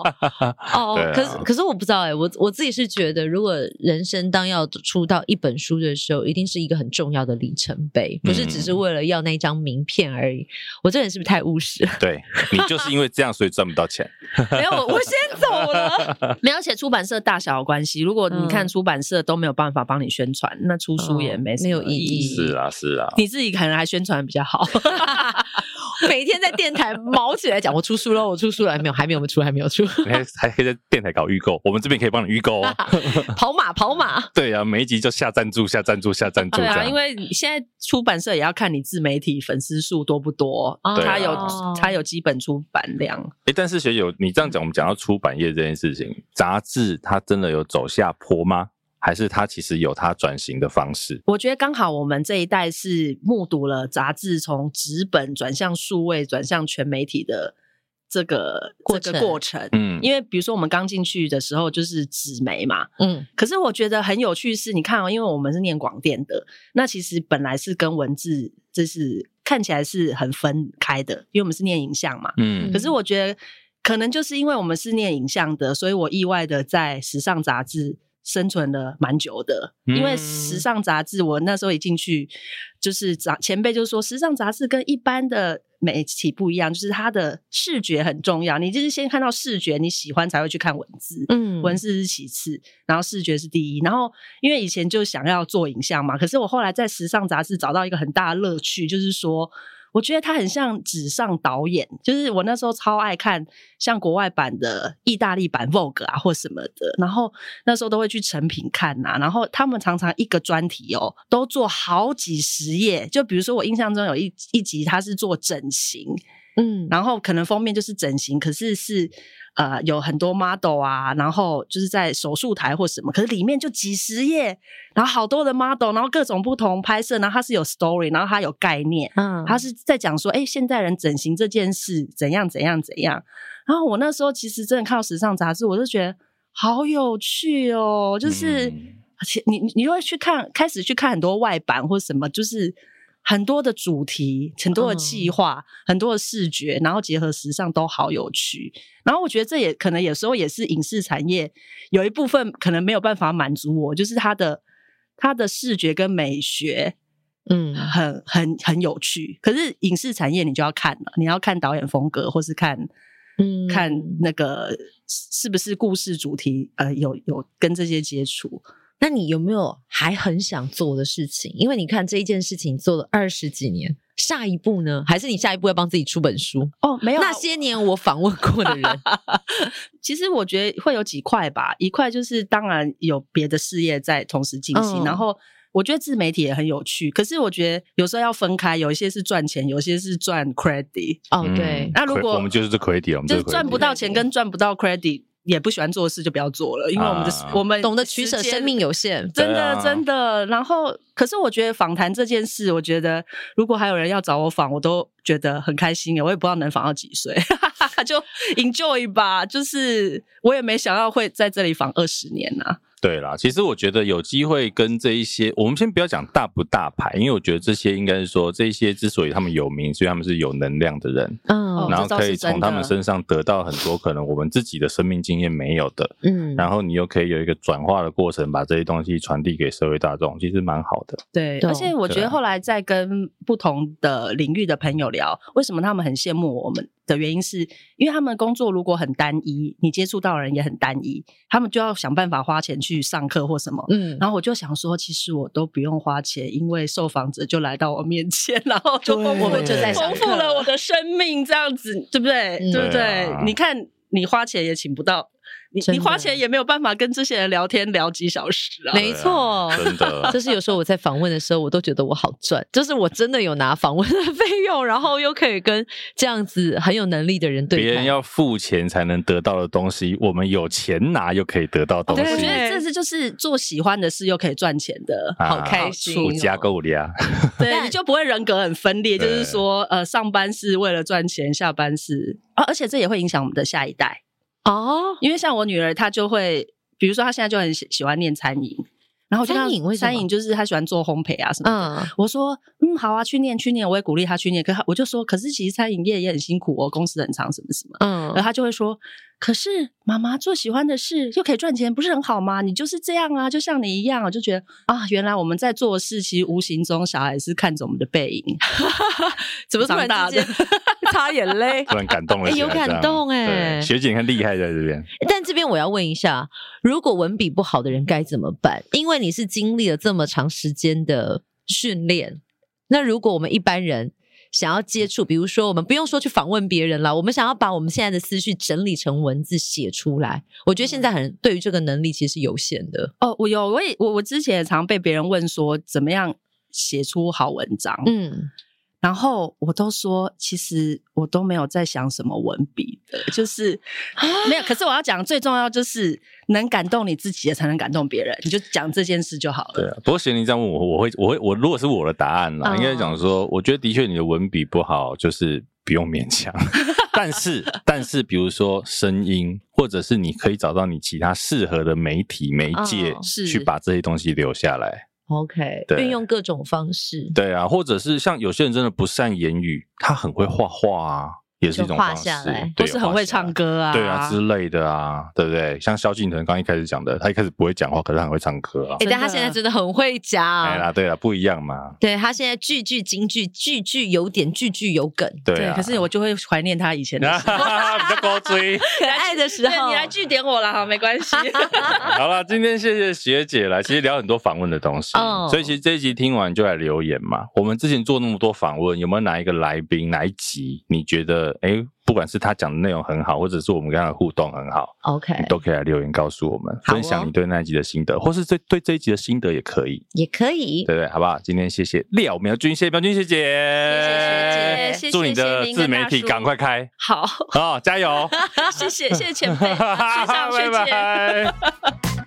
S2: 哦，
S3: 对啊
S2: 可是可是我不知道哎、我我自己是觉得，如果人生当要出到一本书的时候，一定是一个很重要的里程碑，不是只
S1: 嗯
S2: 是为了要那张名片而已。我这人是不是太务实？
S3: 对你就是因为这样，所以赚不到 钱。
S1: 没有，我先走了。没有，而且出版社大小有关系。如果你看
S2: 嗯哦
S1: 出版社都没有办法帮你宣传，那出书也没什
S2: 没
S1: 么
S2: 有意义
S3: 是啊，是 啊。
S1: 你自己可能还宣传比较好，
S2: 每天在电台毛起来讲我出书了，我出书了，没有，还没有出，还没 有出，
S3: 你还还可以在电台搞预购，我们这边可以帮你预购哦。
S2: 跑马跑马，
S3: 对啊，每一集就下赞助、下赞助、下赞助这
S1: 对
S3: 样。
S1: 啊，因为你现在出版社也要看你自媒体粉丝数多不多，哦
S2: 对
S1: 它有
S2: 啊
S1: 它有基本出版量，
S3: 哎，但是学友，你这样讲，我们讲到出版业这件事情，杂志它真的有走下坡吗？还是它其实有它转型的方式？
S1: 我觉得刚好我们这一代是目睹了杂志从纸本转向数位、转向全媒体的这个
S2: 过
S1: 这
S2: 程
S1: 个过程。
S3: 嗯，
S1: 因为比如说我们刚进去的时候就是纸媒嘛，
S2: 嗯
S1: 可是我觉得很有趣是，你看哦，因为我们是念广电的，那其实本来是跟文字这是看起来是很分开的，因为我们是念影像嘛。
S3: 嗯
S1: 可是我觉得可能就是因为我们是念影像的，所以我意外的在时尚杂志生存了蛮久的。
S3: 嗯
S1: 因为时尚杂志，我那时候一进去，就是长前辈就说，时尚杂志跟一般的。媒体不一样，就是它的视觉很重要。你就是先看到视觉，你喜欢才会去看文字。
S2: 嗯
S1: 文字是其次，然后视觉是第一。然后因为以前就想要做影像嘛，可是我后来在时尚杂志找到一个很大的乐趣，就是说。我觉得它很像纸上导演，就是我那时候超爱看像国外版的意大利版 Vogue 啊或什么的，然后那时候都会去成品看呐、然后他们常常一个专题哦都做好几十页，就比如说我印象中有一一集它是做整形，
S2: 嗯，
S1: 然后可能封面就是整形，可是是呃有很多 model 啊，然后就是在手术台或什么，可是里面就几十页，然后好多的 model，然后各种不同拍摄，然后它是有 story，然后它有概念，
S2: 嗯
S1: 它是在讲说，哎，现代人整形这件事怎样怎样怎样。然后我那时候其实真的看到时尚杂志，我就觉得好有趣哦，就是。
S3: 嗯
S1: 而且你你你就会去看，开始去看很多外版或什么，就是很多的主题、很多的计划、很多的视觉，然后结合时尚都好有趣。然后我觉得这也可能有时候也是影视产业有一部分可能没有办法满足我，就是它的它的视觉跟美学
S2: 嗯
S1: 很很很有趣。可是影视产业你就要看了，你要看导演风格，或是看
S2: 嗯
S1: 看那个是不是故事主题呃有有跟这些接触。
S2: 那你有没有还很想做的事情？因为你看这一件事情做了二十几年，下一步呢？还是你下一步要帮自己出本书？
S1: 哦，没有啊
S2: 那些年我访问过 的人，
S1: 其实我觉得会有几块吧，一块就是当然有别的事业在同时进行，
S2: 嗯
S1: 然后我觉得自媒体也很有趣，可是我觉得有时候要分开，有一些是赚钱，有一些是赚 credit，
S2: 哦，对，
S3: 嗯
S1: 那如果
S3: 我们就是这 credit，我们
S1: 就是是赚不
S3: credit
S1: 到钱跟赚不到 credit 也不喜欢做的事就不要做了，因为我们的、
S3: 啊
S1: 我们
S2: 懂得取舍，
S1: 时间
S2: 生命有限。
S1: 真
S3: 对
S1: 的、
S3: 啊
S1: 真的。然后，可是我觉得访谈这件事，我觉得如果还有人要找我访，我都觉得很开心耶。欸我也不知道能访到几岁， 就 enjoy 吧。就是我也没想到会在这里访二十年呐、
S3: 对啦，其实我觉得有机会跟这一些，我们先不要讲大不大牌，因为我觉得这些应该是说，这一些之所以他们有名，所以他们是有能量的人，
S1: 哦
S2: 嗯
S3: 然后
S1: 这倒
S3: 可
S1: 是
S3: 以
S1: 真
S3: 从他
S1: 的
S3: 们身上得到很多可能我们自己的生命经验没有的，
S2: 嗯，
S3: 然后你又可以有一个转化的过程，把这些东西传递给社会大众，其实蛮好的。
S1: 对，
S2: 懂
S1: 而且我觉
S3: 对
S1: 得
S3: 啊
S1: 后来在跟不同的领域的朋友聊，为什么他们很羡慕我们的原因是，因为他们工作如果很单一，你接触到的人也很单一，他们就要想办法花钱去上课或什么。
S2: 嗯，
S1: 然后我就想说，其实我都不用花钱，因为受访者就来到我面前， 然后就丰
S2: 我
S1: 富
S2: 们就在
S1: 丰
S2: 上
S1: 富
S2: 课
S1: 了我的生命，这样子对不对？
S2: 嗯
S1: 对不对？
S3: 对啊
S1: 你看，你花钱也请不到，你
S2: 真
S1: 你
S2: 的
S1: 花钱也没有办法跟这些人聊天聊几小时啊。
S2: 没错，
S3: 对啊真的
S2: 就是有时候我在访问的时候，我都觉得我好赚，就是我真的有拿访问的 费用，然后又可以跟这样子很有能力的人 对
S3: 别
S2: 谈
S3: 人。要付钱才能得到的东西，我们有钱拿又可以得到东
S1: 对，我
S3: 西
S1: 觉，得
S2: 对
S1: 这是就是做喜欢的事又可以赚钱的，
S3: 啊
S2: 好开心哦
S3: 有加够的呀。
S1: 对，
S2: 但
S1: 你就不会人格很分裂，就
S3: 对
S1: 是说，呃，上班是为了赚钱，下班是，啊，而且这也会影响我们的下一代，
S2: 哦，
S1: 因为像我女儿，她就会，比如说她现在就很喜喜欢念餐饮，然后我就跟她
S2: 餐饮为什么
S1: 餐饮就是她喜欢做烘焙啊什么的。
S2: 嗯，
S1: 我说，嗯，好啊，去念去念，我也鼓励她去念。可她我就说，可是其实餐饮业也很辛苦哦，公司很长，什么什么。然后
S2: 嗯，
S1: 他就会说：“可是妈妈做喜欢的事又可以赚钱，不是很好吗？你就是这样啊，就像你一样啊。”我就觉得啊，原来我们在做的事，其实无形中小孩是看着我们的背影。
S2: 怎么突
S1: 长大
S2: 然之间 擦眼泪？
S3: 突然感动了起来，
S2: 哎有感
S3: 这样
S2: 动哎
S3: 对学姐你看厉害在这边，
S2: 但这边我要问一下，如果文笔不好的人该怎么办？因为你是经历了这么长时间的训练，那如果我们一般人想要接触，比如说我们不用说去访问别人了，我们想要把我们现在的思绪整理成文字写出来，我觉得现在很对于这个能力其实是有限的。
S1: 哦，我有，我也我我之前也常被别人问说怎么样写出好文章，
S2: 嗯，
S1: 然后我都说其实我都没有在想什么文笔的，就是没有。可是我要讲最重要就是能感动你自己的，才能感动别人。你就讲这件事就好了。
S3: 对啊。不过贤玲这样问我，我会我会我如果是我的答案啦，
S2: 嗯
S3: 应该讲说，我觉得的确你的文笔不好，就是不用勉强。但是但是，比如说声音，或者是你可以找到你其他适合的媒体媒介
S2: 哦，
S1: 嗯是
S3: 去把这些东西留下来。
S2: OK，
S3: 对
S2: 运用各种方式，
S3: 对啊，或者是像有些人真的不善言语，他很会画画啊，也是一
S2: 就
S3: 种
S2: 画
S3: 方式
S2: 下来，
S3: 对
S1: 或是很会唱。歌啊，
S3: 画下来对啊，之类的啊，对不对？像萧敬腾刚一开始讲的，他一开始不会讲话，可是他很会唱歌啊。
S2: 哎、
S1: 真的
S2: 但他现在真的很会讲。
S3: 哎啦，对啦，不一样嘛。
S2: 对他现在句句金句，句句有点，句句有梗。
S3: 对啊，
S1: 可是我就会怀念他以 前的事。
S3: 比较高追。
S2: 可 爱的时
S1: 对
S2: 候，
S1: 你来据点我了，好，没关系。
S3: 好了，今天谢谢学姐来，其实聊很多访问的东西，
S2: 哦
S3: 所以其实这一集听完就来留言嘛。我们之前做那么多访问，有没有哪一个来宾哪一集你觉得，哎、不管是他讲的内容很好，或者是我们跟他的互动很好，
S2: OK，
S3: 你都可以来留言告诉我们，
S1: 啊
S2: 好哦
S3: 分享你对那一集的心得，或是对对这一集的心得也可以，
S2: 也可以。
S3: 对不对？好不好？今天谢谢廖苗君，谢谢苗君学姐，
S1: 谢谢学姐
S3: 祝你的
S1: 谢谢谢谢林
S3: 自
S1: 跟
S3: 媒
S1: 大
S3: 体
S1: 叔
S3: 赶快开
S1: 好，
S3: 啊、加油！
S1: 谢谢谢谢前辈学
S3: 哈哈哈
S1: 长学
S3: 拜
S1: 姐。
S3: 拜。